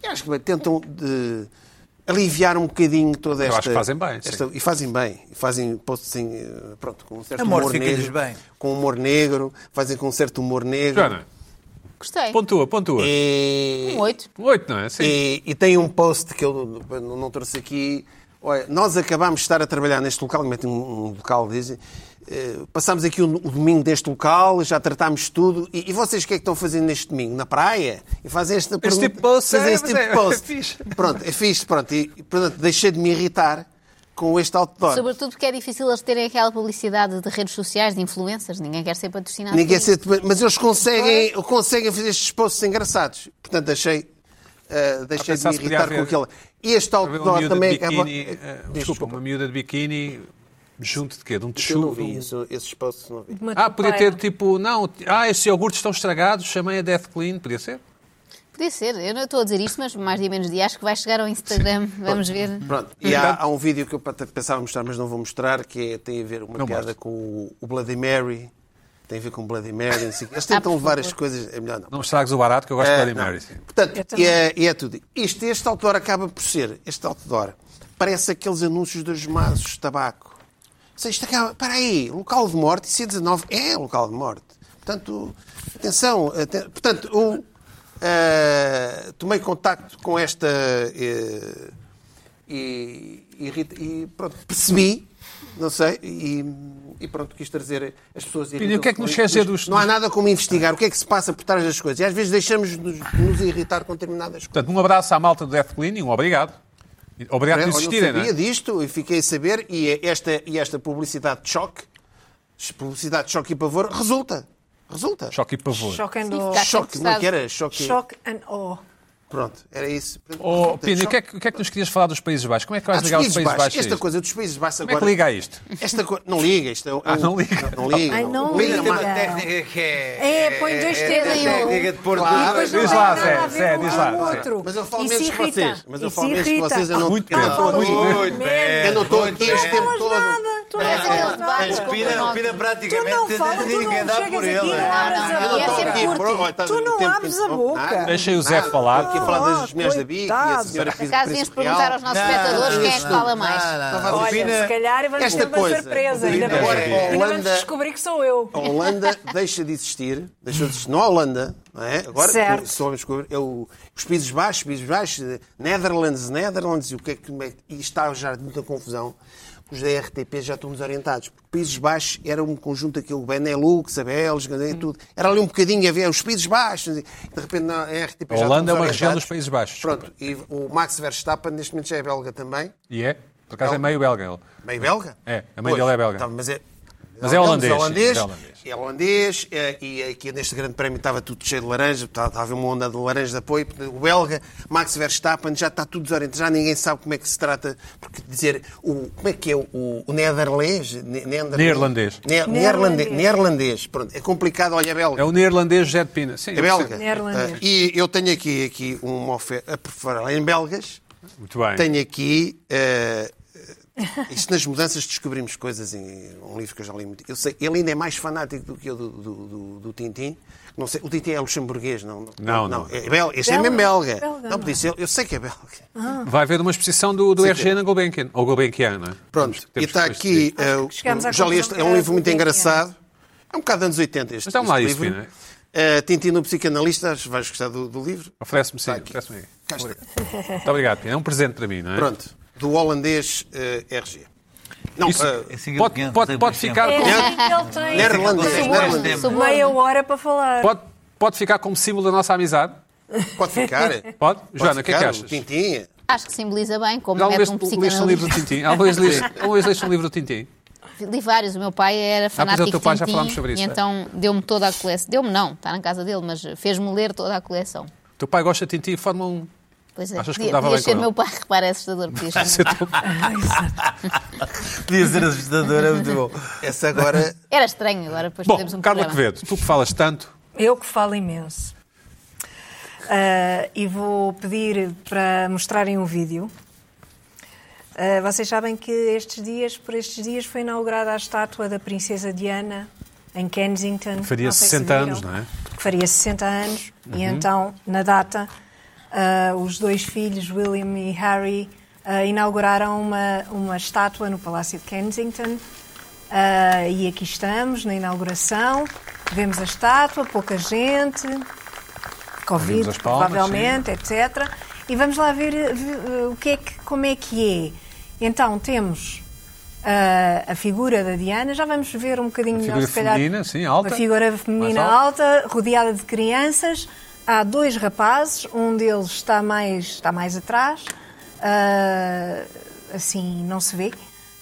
eu acho que bem, tentam de aliviar um bocadinho toda Eu esta... acho que fazem bem, sim. esta- e fazem bem, e fazem, posto assim, eh, pronto, com um certo Amor, humor fica-lhes negro. bem. Com um humor negro, fazem com um certo humor negro. Joana, Gostei. pontua, pontua. É. E- Um oito. Oito, não é? Sim. e, e tem um post que eu não, não trouxe aqui. Olha, nós acabámos de estar a trabalhar neste local, metem um, um local, dizem. eh, passámos aqui o, o domingo deste local, já tratámos tudo. E, e vocês o que é que estão fazendo neste domingo? Na praia? E fazem esta pergunta. tipo de post, fazem é, mas este tipo é- de post. é fixe. Pronto, é fixe. Pronto, e, e, portanto, deixei de me irritar com este outdoor. Sobretudo porque é difícil eles terem aquela publicidade de redes sociais, de influencers. Ninguém quer ser patrocinado. Ninguém por aceita, mas eles conseguem, conseguem fazer estes posts engraçados. Portanto, achei, ah, deixei de pensar me se podia irritar com haver- aquele. Este Uma outdoor miúda também de biquíni, acaba. eh, Diz, desculpa, uma miúda de biquíni junto de quê? De um Eu não texugo? vi isso, esses posts não vi. Uma Ah, podia topeira. ter tipo, não, ah, esses iogurtes estão estragados, chamei a Death Clean, podia ser? Podia ser, eu não estou a dizer isto, mas mais dia menos dia acho que vai chegar ao Instagram, (laughs) vamos ver. Pronto, e Então? há, há um vídeo que eu pat- pensava mostrar, mas não vou mostrar, que é- tem a ver uma piada com o, o Bloody Mary. Tem a ver com o Bloody Mary. não sei o quê. Eles tentam levar as coisas. É melhor não. Não me estragues o barato, que eu gosto de Ah, Bloody não. Mary. sim. Eu Portanto, também. e é, e é tudo. Isto, este outdoor acaba por ser, este outdoor, parece aqueles anúncios dos maços de tabaco. Ou seja, isto acaba, para aí, local de morte, C19 é local de morte. Portanto, atenção, aten- portanto, eu ah, tomei contacto com esta eh, e, e irrita- e, pronto, percebi, não sei, e, e pronto, quis trazer as pessoas Pina, o que é que nos quer dizer dos- Não há nada como investigar o que é que se passa por trás das coisas. E às vezes deixamos-nos nos irritar com determinadas coisas. Portanto, um abraço à malta do Death Clean e um obrigado. E Obrigado por Olha, existirem, eu não sabia é? disto e é fiquei a saber, e esta, e esta publicidade de choque, publicidade de choque e pavor, resulta. Resulta. Choque e pavor. Choque and Sim, awe. tá. Choque, não é que era? Choque. Choque and awe. Pronto, era isso. Pronto, Oh, resulta. Pina, o Choque. que, é que, o que é que nos querias falar dos Países Baixos? Como é que Ah, vais dos ligar os Países Países Baixos. Baixos? a Esta isto? coisa dos Países Baixos Como é agora. que liga a isto? Esta coisa. Não liga. Isto é um... não liga. Não liga. Ai, não Tem liga. uma técnica que é. É, põe dois dedos em é, é, um. técnica de pôr E Claro. depois não Diz tem lá, nada a Zé, ver Zé, um diz com lá, o Zé. outro. Mas eu falo E se menos que irrita. vocês. Mas eu E se falo menos que irrita. vocês. Eu não, Muito eu bem. não estou aqui. Muito bem. Eu não estou aqui este tempo falas todo. nada, tu não É, falas é, nada. é, é, Pina, Pina Tu não praticamente falas, tu não ninguém dá chegas por aqui, ele. não é. abres a boca. Não, não, não, não, não, Essa é não. curta. Pronto, olha, estás Tu a tempo não que- abres a Não, boca. Ah, nada. Deixem o Zé Nada. falar. Estou aqui a falar das mulheres da BIC e a Coitado. senhora que Por fez o acaso, Príncipe íamos perguntar Real. aos nossos espectadores Ah, quem é que fala mais. Olha, Olha, Pina- se calhar vamos Esta ter uma coisa, surpresa. Pina, Ainda bem, é. ainda vamos Holanda- descobrir que sou eu. A Holanda deixa de existir, deixou de existir. Não a Holanda, não é? Agora Certo. soubemos descobrir. É o- os Países Baixos, Países Baixos, eh, Netherlands, Netherlands, e o que é que. como é que- E está já de muita confusão. Os da RTP já estão desorientados. Porque Países Baixos era um conjunto aquilo, Benelux, a Bélgica, e tudo. Era ali um bocadinho a ver os Países Baixos. e De repente, na RTP já A Holanda é estão uma região desorientados. dos Países Baixos. Pronto, e o Max Verstappen neste momento já é belga também. E é? Por acaso é meio belga ele. Meio belga? É, a mãe dele é belga. Tá, mas é, Mas é holandês, Mas é holandês, é holandês. é holandês, é, e aqui neste grande prémio estava tudo cheio de laranja, estava, estava uma onda de laranja de apoio. portanto, O belga, Max Verstappen, já está tudo desorientado, já ninguém sabe como é que se trata. Porque dizer, o, como é que é o, o, o neerlandês? Ne- Neerlandês. Ne- Neerlandês. Neerlandês, pronto, é complicado, olha, belga. É o neerlandês José de Pina. Sim, É eu belga. percebo. Neerlandês. Ah, e eu tenho aqui, aqui uma oferta, por falar em belgas, Muito bem. tenho aqui. eh, isto nas mudanças descobrimos coisas em um livro que eu já li muito. Eu sei, ele ainda é mais fanático do que eu do, do, do- do Tintin. Não sei, o Tintin é luxemburguês, não? Não, não. É bel, este é Belga. mesmo belga. Belga, não, não. Ah. por isso eu, eu sei que é belga. Vai haver uma exposição do, do RG na Gulbenkian. Ou Gulbenkian, não é? Temos- Pronto, e temos está que decidir. aqui. eh, Acho que chegámos à já li este, conclusão é um que livro é muito Tintin, engraçado. É um bocado anos 80 este, Mas dá-me lá este isso, livro. Pina. Eh, Tintin, o psicanalista, acho que vais gostar do, do livro. Oferece-me Tá sim, oferece-me aí. Muito obrigado, Pina. É um presente para mim, não é? Pronto, do holandês eh, RG. Não, Isso- eh, assim Pode, pode, pode ficar É, com- ele Neerlandês, tem neerlandês. suborno. meia hora para falar. pode, pode ficar como símbolo da nossa amizade? pode (laughs) ficar. Pode? Joana, Pode o que é que ficar, achas? Tintin. Acho que simboliza bem, como Já mete leste, um leste um livro do (laughs) psicanalista. Tintim? Algumas leste, (laughs) algumas leste um livro do Tintim? Li vários, o meu pai era é, o fanático teu pai, já de Tintin, falámos sobre isso, E é. então deu-me toda a coleção. Deu-me não, está na casa dele, mas fez-me ler toda a coleção. O teu pai gosta de Tintim e forma um... Ah, Pois é, Achas que podia- dava podia bem com ser ele? meu pai, repara, é assustador. (laughs) Podia ser Esse é o (laughs) teu- (laughs) Podia ser assustador, é muito bom. Essa (laughs) agora. Era estranho agora, depois fizemos Bom, um Carla programa. Quevedo, tu que falas tanto, Eu que falo imenso. Ah, e vou pedir para mostrarem um vídeo. Ah, vocês sabem que estes dias, por estes dias, foi inaugurada a estátua da Princesa Diana em Kensington. faria Não sei se 60 viram. anos, não é? Uhum. Que faria 60 anos. E então, na data, ah, os dois filhos, William e Harry, ah, inauguraram uma, uma estátua no Palácio de Kensington. Ah, e aqui estamos, na inauguração. Vemos a estátua, pouca gente, Covid, Ouvimos as palmas, provavelmente, etc. E vamos lá ver, eh, ver, eh, o que é que, como é que é. Então, temos ah, a figura da Diana, já vamos ver um bocadinho A melhor, figura se calhar. feminina, sim, alta. A figura feminina Mais alta. rodeada de crianças. Há dois rapazes, um deles está mais, está mais atrás, ah, assim, não se vê.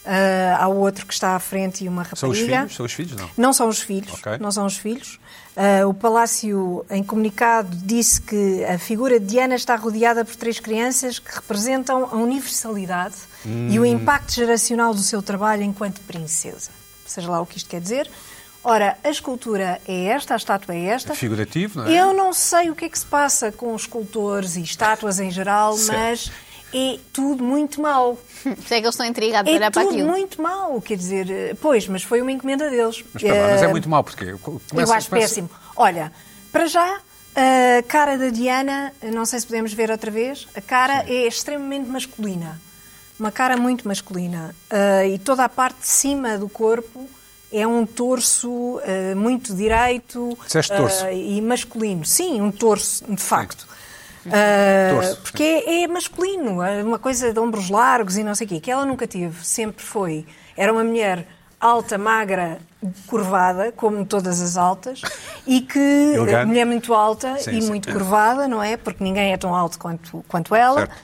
Ah, há outro que está à frente e uma rapariga. são os filhos? São os filhos, não? Não são os filhos. Ok. Não são os filhos. Ah, o Palácio, em comunicado, disse que a figura de Diana está rodeada por três crianças que representam a universalidade e o Hum. impacto geracional do seu trabalho enquanto princesa. Seja lá o que isto quer dizer. Ora, a escultura é esta, a estátua é esta. Figurativo, não é? Eu não sei o que é que se passa com escultores e estátuas em geral, mas é tudo muito (laughs) mau. Por isso é que eles estão intrigados a É olhar para tudo aquilo. muito mau, quer dizer, eh, pois, mas foi uma encomenda deles. Mas, espera lá, mas é Eh, muito mau, porque eu acho péssimo. Olha, para já, a cara da Diana, não sei se podemos ver outra vez, a cara é extremamente masculina. Uma cara muito masculina. Ah, e toda a parte de cima do corpo é um torso ah, muito direito. Disseste torso. ah, e masculino. Sim, um torso, de facto. Ah, Torso. porque é, é masculino, é uma coisa de ombros largos e não sei o quê, que ela nunca teve, sempre foi. Era uma mulher alta, magra, curvada, como todas as altas, e que eh, Elegante. mulher muito alta Sim, e sim. muito curvada, não é? Porque ninguém é tão alto quanto, quanto ela. Certo.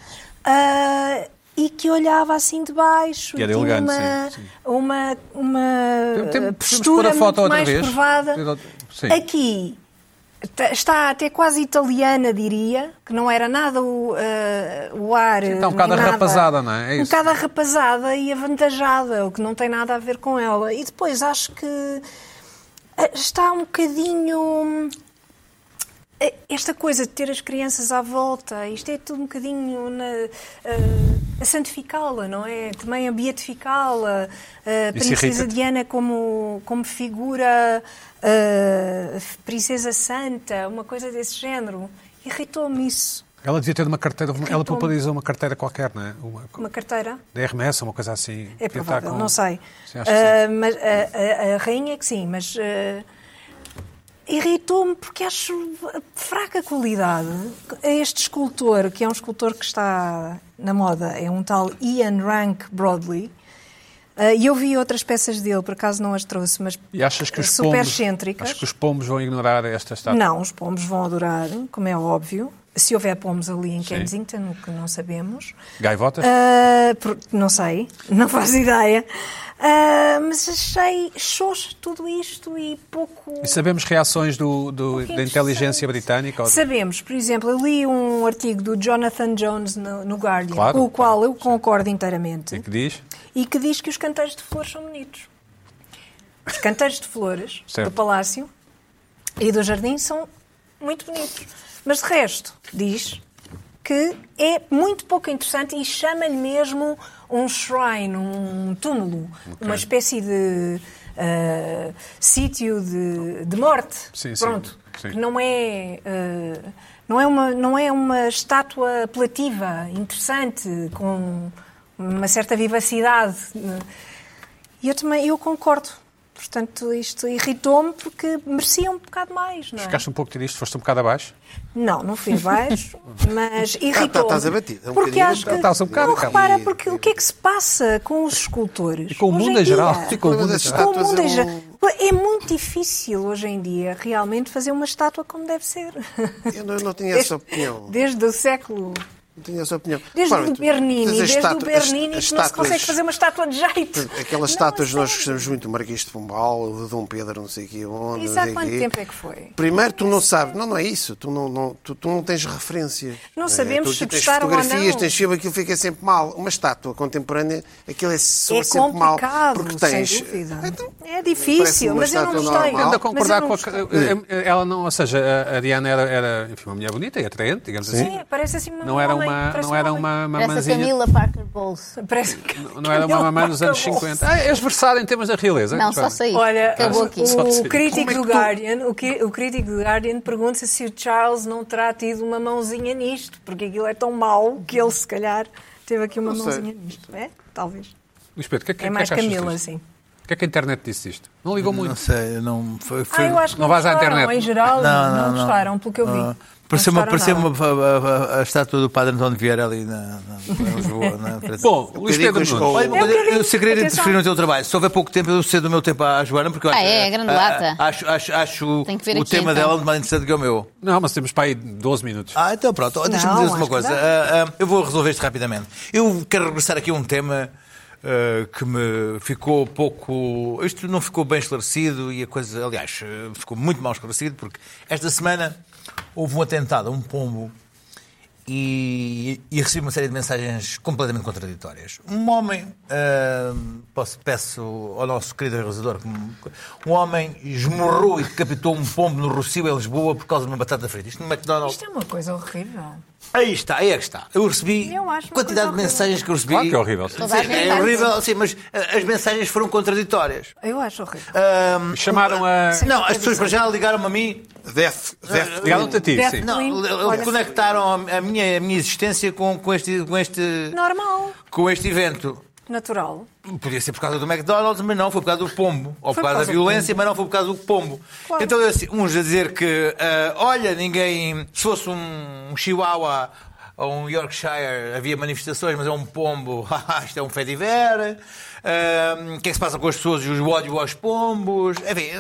Ah, e que olhava assim de baixo Que era e tinha elegante, sim, uma, sim. uma, uma Tem- tem- podemos postura pôr a foto muito outra mais vez? curvada. Podemos- Sim. Aqui ta- está até quase italiana, diria, que não era nada o, eh, o ar. está um bocado nem nada. arrapazada, não é? É um isso. bocado arrapazada e avantajada, o que não tem nada a ver com ela. E depois acho que eh, está um bocadinho. hum, eh, Esta coisa de ter as crianças à volta, isto é tudo um bocadinho na, eh, a santificá-la, não é? Também a beatificá-la. eh, Isso Princesa irrita-te? Diana como, como figura eh, princesa santa, uma coisa desse género. Irritou-me isso. Ela devia ter uma carteira, ela Irritou-me. popularizou uma carteira qualquer, não é? Uma, é Uma carteira? da RMS, uma coisa assim. É Devia estar provável, com- não sei. Sim, acho que sim. Ah, mas a, a- a rainha é que sim, mas ah, irritou-me porque acho fraca qualidade. Este escultor, que é um escultor que está na moda, é um tal Ian Rank Broadley. Ah, E eu vi outras peças dele, por acaso não as trouxe, mas E achas que os super pombos, excêntricas. acho que os pombos vão ignorar esta estátua? Não, os pombos vão adorar, como é óbvio. Se houver pombos ali em Kensington, o que não sabemos. Gaivotas? Ah, por- não sei, (laughs) não faço ideia. Ah, mas achei xoxo tudo isto e pouco. E sabemos reações do, do- pouco da inteligência britânica? ou- Sabemos, por exemplo, eu li um artigo do Jonathan Jones no, no Guardian, Claro, com o qual claro, eu concordo inteiramente, Em assim que diz? e que diz que os canteiros de flores são bonitos. Os canteiros de flores (laughs) Certo. do palácio e do jardim são muito bonitos. Mas de resto, diz que é muito pouco interessante e chama-lhe mesmo um shrine, um túmulo, uma espécie de ah, sítio de, de morte. Sim, sim, Pronto. sim. Que Não é. ah, não é, uma, não é uma estátua apelativa, interessante, com uma certa vivacidade. E eu também eu concordo. Portanto, isto irritou-me porque merecia um bocado mais, não é? Ficaste um pouco triste, foste um bocado abaixo? Não, não fui baixo, mas irritou-me. tá- estás abatido, é um porque bocadinho, acho que... tá- tá-se um bocado, não, tá. repara, porque o que é que se passa com os escultores? E com o hoje mundo em geral. E com o Uma mundo em das geral. Com o mundo estátuas em é geral. É muito difícil hoje em dia realmente fazer uma estátua como deve ser. Eu não, eu não tinha essa opinião. Desde o século. Não tinha essa opinião. Desde Repara, o tu- Bernini, tens as desde o estátu- as- Bernini, as que não se consegue estátuas- fazer uma estátua de jeito. Aquelas Não, estátuas é que nós sério. gostamos muito, o Marquês de Pombal, o de Dom Pedro, não sei aqui onde. Isso não há sei quanto quê. tempo é que foi? Primeiro, tu não sabes, não, não é isso, tu não, não- tu, tu não tens referências. Não é? sabemos Tu se tens gostaram ou fotografias, não. tens filme, aquilo fica sempre mal. Uma estátua contemporânea, aquilo é, só É sempre mal. complicado, Porque sem tens. dúvida. Então, É parece difícil, uma mas eu não estátua normal. gostei. Ando a Mas eu concordar não com a. eh, gostei. Ela não, ou seja, a- a Diana era, era, enfim, uma mulher bonita e atraente, digamos assim. Sim, parece assim uma Não era homem, uma, parece não um era homem. uma Parece a mamãzinha. Camila Parker Bowles. Parece Não era uma mamã nos anos 50. Ah, és versada em temas da realeza. Não, só Joana. saí. Olha, Acabou o- aqui. Só o, sei. crítico Como é que do tu- Guardian, o, que- o crítico do Guardian pergunta se o Charles não terá tido uma mãozinha nisto, porque aquilo é tão mau que ele se calhar teve aqui uma Não sei. mãozinha nisto, é? Talvez. Luís Pedro, o que é que, É o que mais é que achas Camila, disto? sim. O que é que a internet disse disto? Não ligou muito. Não sei, eu não. Foi, Ah, foi- eu acho que Não não, vais à gostaram, internet. Em geral, não, gostaram, pelo que eu vi. Não. Não Pareceu uma, gostaram pareceu nada. uma, a, a- a estátua do padre António Vieira ali na, na, em Lisboa. (laughs) na frente. Bom, Luís bocadinho Pedro com Nunes. escola. Olha, uma É um coisa, bocadinho- eu, se querer atenção. interferir no teu trabalho, se houver pouco tempo, eu cedo o meu tempo à Joana, porque eu acho, Ah, é, grande ah, lata. ah, acho, acho, acho Tem que ver o aqui, tema então. dela mais interessante que o meu. Não, mas temos para aí 12 minutos. Ah, então pronto. Oh, Deixa-me Não, dizer-te uma acho que coisa. dá. Ah, ah, eu vou resolver isto rapidamente. Eu quero regressar aqui a um tema ah, que me ficou pouco. Isto não ficou bem esclarecido e a coisa, aliás, ah, ficou muito mal esclarecido porque esta semana houve um atentado a um pombo e, e recebi uma série de mensagens completamente contraditórias. Um homem, ah, posso, peço ao nosso querido realizador, que me- um homem esmurrou e decapitou um pombo no Rocio, em Lisboa, por causa de uma batata frita. Isto no McDonald's. Isto é uma coisa horrível. Aí está, aí é que está. Eu recebi Eu acho uma quantidade de coisa mensagens que eu recebi. Claro que é horrível. sim. Toda a gente É acha. horrível, sim, mas ah, as mensagens foram contraditórias. Eu acho horrível. Ah. Ahm, Chamaram a. não, é as pessoas para já ligaram-me a mim, Death, death. Ligaram-te a ti, Death sim. Note. não, Sim. le- Olha. conectaram a a minha, a minha existência com, com, este, com, este, Normal, com este evento. natural. Podia ser por causa do McDonald's, mas não, foi por causa do pombo. Ou por Foi causa da por causa do violência, mas não foi por causa do pombo. Claro. Então, eu, assim, uns a dizer que, ah, olha, ninguém. Se fosse um, um chihuahua. a um Yorkshire havia manifestações, mas é um pombo, (laughs) isto é um fediver. O que é que se passa com as pessoas e os ódio aos pombos? Enfim,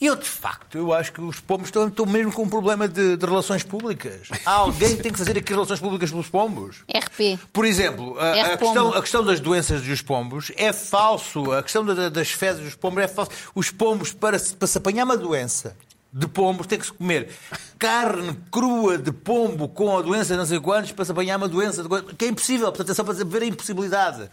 e eu de facto, eu acho que os pombos estão, estão mesmo com um problema de, de relações públicas. Há alguém que tem que fazer aqui relações públicas pelos pombos. RP. Por exemplo, a, É a questão, pombo. a questão das doenças dos pombos é falso. A questão da- das fezes dos pombos é falso. Os pombos, para se, para se apanhar uma doença de pombos, tem que se comer carne crua de pombo com a doença de não sei quantos para se apanhar uma doença de coisa- que é impossível. Portanto, atenção para ver a impossibilidade.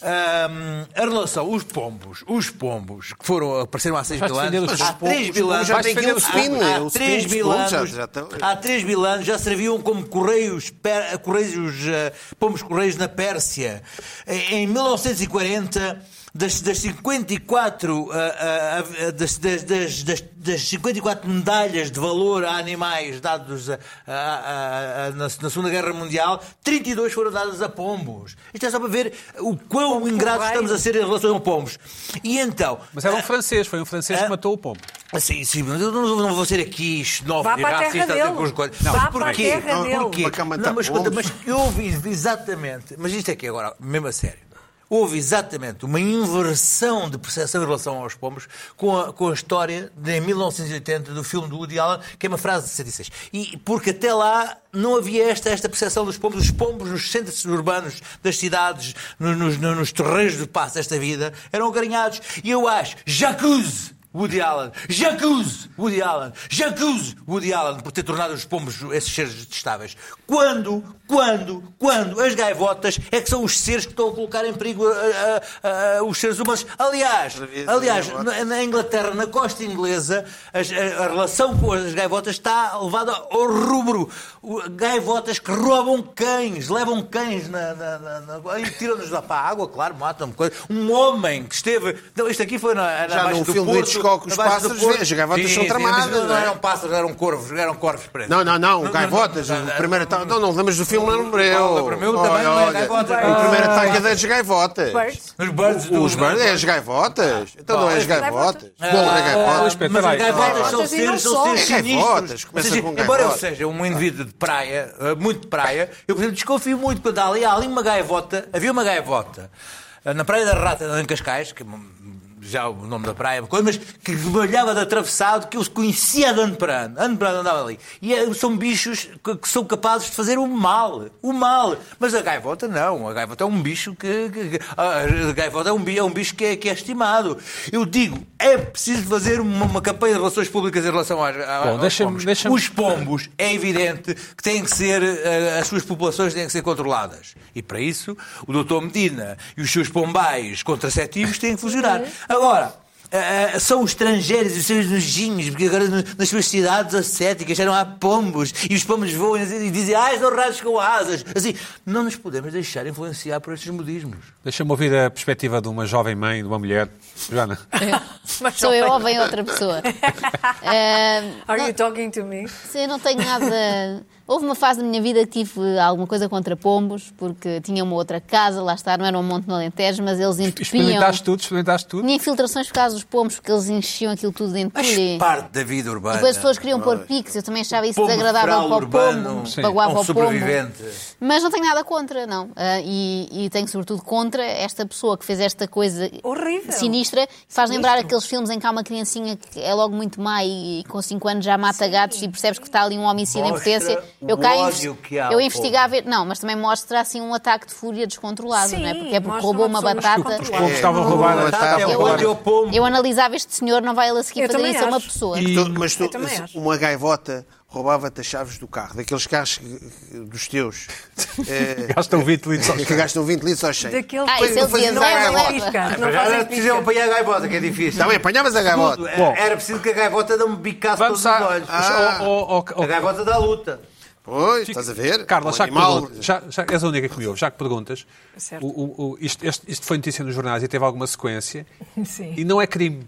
Ahm, a relação, os pombos, os pombos que foram, apareceram há 6 Vais mil defender anos, os há pombos, 3 mil os anos, pombos já têm aquilo spin, há, o há spin 3 dos mil pombos já- anos, já estão- há 3 mil anos já serviam como correios, per- correios eh, pomos correios na Pérsia. Eh, Em em 1940, das, das 54 ah, ah, ah, das, das, das, das, das 54 medalhas de valor a animais dados a- a- a- a- na, na Segunda Guerra Mundial, 32 foram dadas a pombos. Isto é só para ver o quão ingratos correio. estamos a ser em relação a pombos. E então, Mas era um francês, foi um francês que matou o pombo. ah, Sim, sim, mas eu não, não vou ser aqui xenófobo Vá e para a racista terra até com os dele. coisas. Vá Mas para a terra Não, dele. porquê? Uma cama Não, tá mas escuta, bom. mas eu ouvi exatamente, mas isto é que agora, mesmo a sério, houve exatamente uma inversão de percepção em relação aos pombos com a, com a história de 1980 do filme do Woody Allen, que é uma frase de 76. E porque até lá não havia esta, esta percepção dos pombos. Os pombos nos centros urbanos das cidades, no- nos, no- nos terreiros de passo desta vida, eram acarinhados. E eu acho, jacuzzi! Woody Allen, jacuzzi Woody Allen, jacuzzi Woody Allen, por ter tornado os pombos esses seres detestáveis. Quando, quando, quando as gaivotas é que são os seres que estão a colocar em perigo ah, ah, ah, os seres humanos? Aliás, vez, aliás, gaivotas. na, na Inglaterra, na costa inglesa, as- a, a relação com as gaivotas está levada ao rubro. O- Gaivotas que roubam cães, levam cães na, na, na, na- e tiram-nos lá para a água, claro, matam coisa. Um homem que esteve. Não, isto aqui foi na, na Já Baixa no do filme do Porto, Hitchcock, os na Baixa do pássaros, Porto. as gaivotas Sim, são sim, tramadas, mas Não não é? eram pássaros, eram corvos, eram corvos presos. Não, não, não, gaivotas. O primeiro ataque. Não, não lembras do filme, lembro eu. Não, lembro eu também, não é Olha, gaivota. O primeiro ataque é das gaivotas. (laughs) Birds. Os birds do- Os birds é as gaivotas. Então não é as gaivotas. Ah, Bom, é mas gaivotas. espera, as peraí. gaivotas são Gaivotas e não seres, são só. seres É gaivotas, sinistros. começa Ou seja, com Embora eu gaivotas. seja um indivíduo de praia, eh, muito de praia, eu por exemplo, desconfio muito quando há ali, há ali uma gaivota, havia uma gaivota eh, na Praia da Rata, em Cascais, que hum, já o nome da praia, é uma coisa, mas que olhava de atravessado, que eu os conhecia de ano para ano. Ano para ano andava ali. E eh, são bichos que, que são capazes de fazer o mal. O mal. Mas a gaivota não. A gaivota é um bicho que. que- que- a gaivota é um bi- é um bicho, que, é, que é estimado. Eu digo, é preciso fazer uma, uma campanha de relações públicas em relação às, a- Bom, aos deixa-me- pombos. deixa-me- Os pombos, é evidente que têm que ser, eh, as suas populações têm que ser controladas. E para isso, o doutor Medina e os seus pombais contraceptivos têm que funcionar. Agora, eh, eh, são os estrangeiros e os seus nojinhos, porque agora no- nas suas cidades ascéticas já não há pombos e os pombos voam e dizem, ah, são ratos com asas. Assim, não nos podemos deixar influenciar por estes modismos. Deixa-me ouvir a perspectiva de uma jovem mãe, de uma mulher. Joana, Sou eu ou vem outra (laughs) pessoa? Ah, Are you talking to me? Sim, eu não tenho nada. Houve uma fase da minha vida que tive alguma coisa contra pombos, porque tinha uma outra casa, lá está, não era um monte no Alentejo, mas eles entupiam. experimentaste tudo, experimentaste tudo. Tinha infiltrações por causa dos pombos, porque eles enchiam aquilo tudo dentro Mas de entulho. parte da vida E urbana. depois as pessoas queriam pôr piques, eu também achava isso Pombo desagradável feral para o urbano, pombo, sim. baguava É um ao pombo. sobrevivente. Mas não tenho nada contra, não. Ah, e, e tenho sobretudo contra esta pessoa que fez esta coisa Horrível. sinistra, que faz lembrar aqueles filmes em que há uma criancinha que é logo muito má e, e com 5 anos já mata gatos e percebes que está ali um homicídio em Mostra potência. o Eu cá ódio que há ao eu investigava, não, mas também mostra assim um ataque de fúria descontrolado, Sim, não é? Porque é porque mostra roubou uma pessoa uma batata. descontrolada. Pombos estavam a roubar. Batata é Estavam a Eu roubar. odeio o pombo. Eu analisava este senhor, não vai ele a seguir Eu fazer também isso a uma acho. pessoa. Tu- Mas tu, Eu também acho. uma gaivota roubava-te as chaves do carro, daqueles carros que- dos teus. eh, Gastam 20 litros. (laughs) que gastam 20 litros aos 100. Daquele Ah, que isso ele não dizia, não é fazem gaivota. pisca, não Mas já fazem era preciso pisca. apanhar a gaivota, que é difícil. Também Tá apanhavas a gaivota. Tudo. é Bom. Era preciso que a gaivota dê um bicaço Vamos todos os à- olhos. Ah. Ó, ó, ó, A gaivota da luta. Pois, estás a ver? Carla, Um já que, é animal- perguntas, já, já és a única que me ouve, já que perguntas, É Certo. o, o- o- isto, este- isto foi notícia nos jornais e teve alguma sequência, Sim. e não é crime.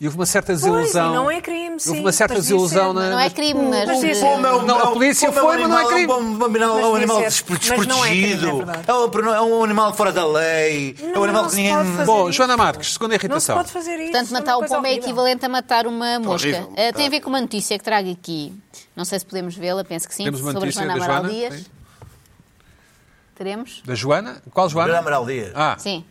E houve uma certa Pois, e desilusão. não é crime, sim. Houve uma certa mas devia desilusão ser, na- mas Não é crime, mas. Mas isso- Pomba é um- Não, a é um- polícia pomba foi, mas não é crime. Um, um animal, Mas é um devia animal ser. despre- Mas não é crime, desprotegido. é verdade. É um- é um animal fora da lei. é Não, um animal não que se ninguém. pode fazer. Bom, isso. Joana Marques, segunda Não se irritação. pode fazer isso. Portanto, é uma matar o coisa pombo é horrível. equivalente a matar uma mosca. horrível. Eh, tem a ver com uma notícia que trago aqui. Não sei se podemos vê-la, penso que sim. Temos uma sobre a notícia Joana da Amaral Joana. Dias. sim. Teremos? Da Joana? Qual Joana? Joana Amaral Dias. Ah, Sim.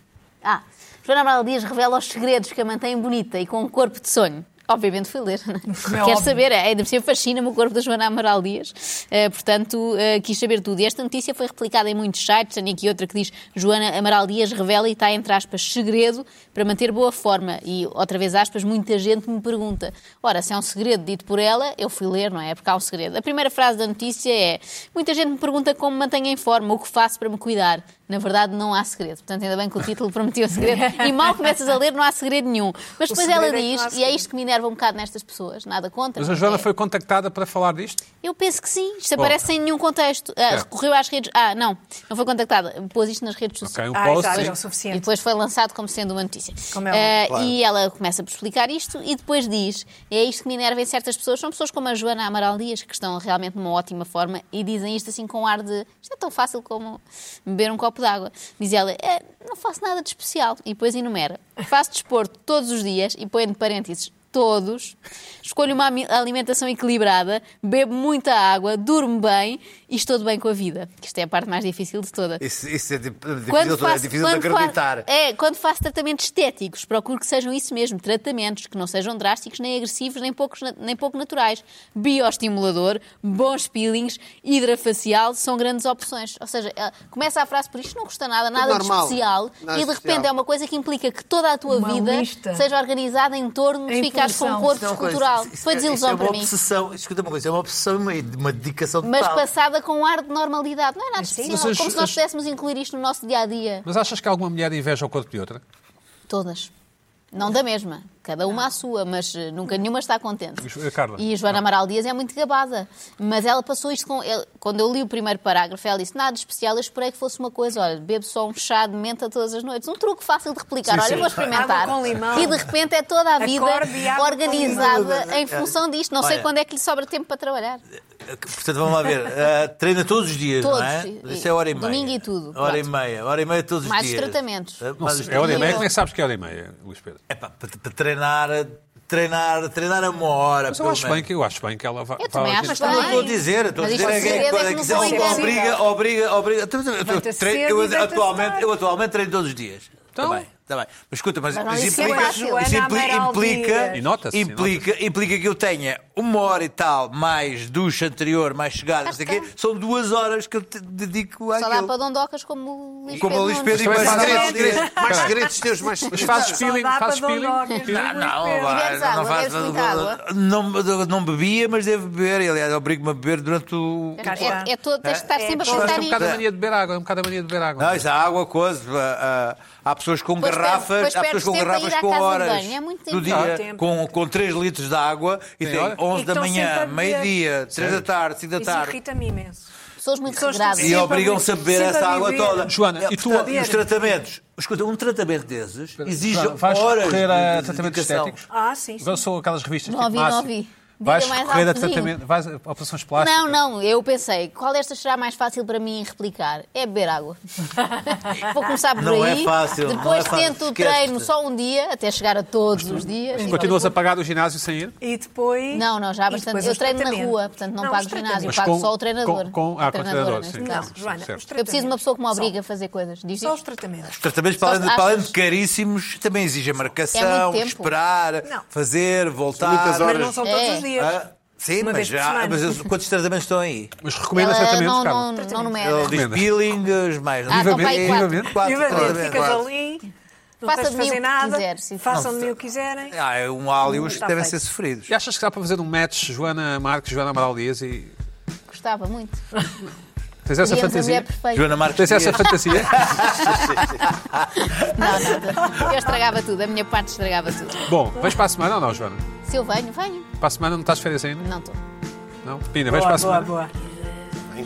Ah, Joana Amaral Dias revela os segredos que a mantém bonita e com um corpo de sonho. Obviamente fui ler. (laughs) né? Quero óbvio. saber, ainda por cima fascina-me o corpo da Joana Amaral Dias. Eh, portanto, eh, quis saber tudo. E esta notícia foi replicada em muitos sites. Tenho aqui outra que diz Joana Amaral Dias revela e está, entre aspas, segredo para manter boa forma. E, outra vez, aspas, muita gente me pergunta. Ora, se é um segredo dito por ela, eu fui ler, não é? Porque há um segredo. A primeira frase da notícia é muita gente me pergunta como me mantenho em forma, o que faço para me cuidar. Na verdade, não há segredo. Portanto, ainda bem que o título prometia o segredo. E mal começas a ler, não há segredo nenhum. Mas O depois ela segredo é que não há diz, e é segredo. isto que me enerva um bocado nestas pessoas, nada contra. mas a mas Joana é- foi contactada para falar disto? Eu penso que sim, isto aparece sem nenhum contexto. Ah, É. Recorreu às redes. Ah, não, não foi contactada. Pôs isto nas redes sociais. Ok, um Ah, post. já, sim. já é o E suficiente. depois foi lançado como sendo uma notícia. Como é óbvio, Eh, E ela começa por explicar isto e depois diz: é isto que me enerva em certas pessoas. São pessoas como a Joana Amaral Dias, que estão realmente numa ótima forma e dizem isto assim com ar de isto é tão fácil como beber um copo de água. Diz ela: "Eh, não faço nada de especial. E depois enumera: faço desporto todos os dias e põe entre parênteses. Todos, escolho uma ami- alimentação equilibrada, bebo muita água, durmo bem e estou de bem com a vida. que Isto é a parte mais difícil de toda. Isso, isso é tipo- é difícil, Quando é faço- difícil de quando faço- acreditar. é, quando faço tratamentos estéticos, procuro que sejam isso mesmo, tratamentos que não sejam drásticos, nem agressivos, nem, poucos, na- nem pouco naturais. Bioestimulador, bons peelings, hidrafacial, são grandes opções. Ou seja, ela começa a frase por isto não custa nada, nada normal. de especial, Nada e de especial. repente é uma coisa que implica que toda a tua Uma vida lista. seja organizada em torno de Em ficares com um função. corpo Não, coisa, escultural. isso- Foi isso desilusão é uma para mim. Obsessão, escuta uma coisa, é uma obsessão e uma, uma dedicação total. Mas passada com um ar de normalidade. Não é nada Sim. especial. Mas as- Como se nós as- pudéssemos incluir isto no nosso dia a dia. Mas achas que alguma mulher inveja o corpo de outra? Todas. Não da mesma. Cada uma à sua, mas eh, nunca nenhuma está contente. E Jo- eh, Carla? E Joana Amaral Dias é muito gabada. Mas ela passou isto com. ele- quando eu li o primeiro parágrafo, ela disse: nada de especial, eu esperei que fosse uma coisa. Olha, bebo só um chá de menta todas as noites. Um truque fácil de replicar. Sim, Olha, sim. eu vou experimentar. Água com limão. E de repente é toda a vida Acorde e água com organizada limão. em função disto. Não sei Olha. quando é que lhe sobra tempo para trabalhar. Portanto, vamos (laughs) lá ver. Ah, treina todos os dias, Todos, não é? e- Isso é hora e meia. domingo e tudo, Hora pronto. e meia. Hora e meia todos Mais os os dias. tratamentos. Ah, Não mais os É hora e meia? tratamentos. Como é que sabes que é hora e meia, Luís Pedro? É pá, para, para treinar, treinar, treinar é uma hora. Mas eu pelo acho menos. bem que, eu acho bem que ela vai... Eu também vai- acho Tá, mas bem. também Estou a dizer, estou a Mas isto dizer. é de que- segredo é que que não dizer, são obriga, obriga, obriga. Então, eu- eu- Deita-se treino- cedo eu- e deita-se atualmente, tarde. eu atualmente treino todos os dias. Então? Está bem, está bem. Mas escuta, mas, Mas não, mas isso é implica, fácil. isso Ana impli- Amaral implica, Dias. E nota-se, e implica, implica que eu tenha uma hora e tal, mais ducha anterior, mais chegada, não sei o quê, são duas horas que eu te dedico Só dá àquilo. para Dondocas como o Luís Como o Luís Nunes. Pedro e Mas Manuel também é Mais faz Dias. segredos, (laughs) mais segredos teus, mais Mas fazes Só peeling? dá para Fazes dar um peeling? toque. Não, não, Bebemos vai, água, não, faz, bebes muita água. não, não bebia, mas devo beber. E, Aliás, obrigo-me a beber durante o. Cá está. É, é todo, tens de estar sempre a Mas Mas pensar é um bocado a nisso. mania de beber água, é um bocado a mania de beber água. Não, isso é água, coisa. ah, ah, há pessoas com Depois perdes- garrafas, depois há pessoas com perdes tempo a ir garrafas à com casa de horas banho, é muito tempo. do Há dia, tempo. com, com 3 litros de água e Sim, tem olha. 11 E da estão sempre manhã, a beber. meio-dia, 3 da tarde, 5 da Isso tarde. irrita-me imenso. Pessoas muito Pessoas regradas. sempre E obrigam-se a beber sempre essa a água beber. toda. Joana, É, e tu- portanto, a- os tratamentos? Escuta, um tratamento desses exige Joana, vais horas recorrer a de- de tratamentos dedicação. estéticos? Ah, sim, sim. Agora são aquelas revistas Não tipo ouvi, não Márcia. ouvi. Diga Vais mais recorrer a altozinho. tratamento, vais a operações plásticas. Não, não, eu pensei, qual destas será mais fácil para mim replicar? É beber (laughs) água. Vou começar por Não é aí. fácil, não Depois é fácil, tento o esquece-te. treino só um dia, até chegar a todos os dias. E Continuas a depois- pagar do ginásio sem ir? E depois. Não, não, já há e bastante. depois Eu os treino na tratamentos. rua, portanto não, os pago ginásio, tratamentos. pago com- só o treinador. com- com- ah, com o treinador, neste sim. caso. Sim, Não, Joana, certo. os Eu preciso de uma pessoa que me tratamentos. obriga a fazer coisas. Diz Só os ió tratamentos. Os tratamentos, Só para além, de, achas? É para além de caríssimos, também exigem marcação, tempo. esperar, Não. fazer, voltar. muitas Mas horas. não são todos É. os dias. Ah, sim, Uma mas, vez por já, semana. mas eu- quantos tratamentos estão aí? Mas recomenda tratamentos, Eh, Ah, não, Carla? não, não Ele numera. diz Recomenda. peelings, mais Ah, então vai quatro. Vivamente. Quatro, E uma vez quatro, ficas quatro. ali. Não Faça tens de de mim o que fazer nada. quiser, sim. Façam de mim o que quiserem. Ah, é um áureos Tá que Está devem ser feito. sofridos. E achas que dá para fazer um match Joana Marques, Joana Amaral Dias e... Gostava muito. Tens essa Viemos a mulher fantasia? perfeita. Joana Marques. Tens essa Dias. fantasia? (laughs) Não, não, eu estragava tudo, a minha parte estragava tudo. Bom, vais para a semana ou não, Joana? Se eu venho, venho. Para a semana não estás de férias ainda? Não estou. Não? Pina, vais para Boa, a boa, semana? boa.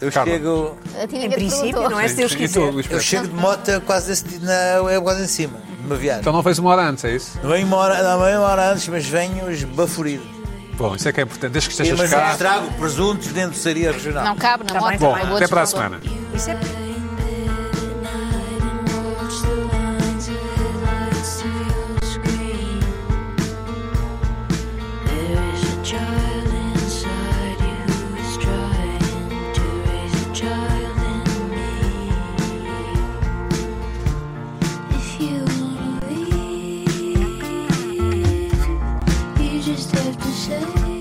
Eu Carla. chego, A Tina Em que princípio, perguntou. não é se Deus E tu, Então- quiser. Luís eu Pedro? chego de moto quase desse, tipo, na, é quase em cima. uma viagem. Então não fez uma hora antes, é isso? Venho uma hora, não, venho uma hora antes, mas venho esbaforido. Bom, isso é que é importante. Desde que E, estejas Mas é, cá. eu trago presuntos dentro de saria regional. Não Tá cabe na moto. Bom, vai, vou até para a desfrutar. semana. Isso é Just have to say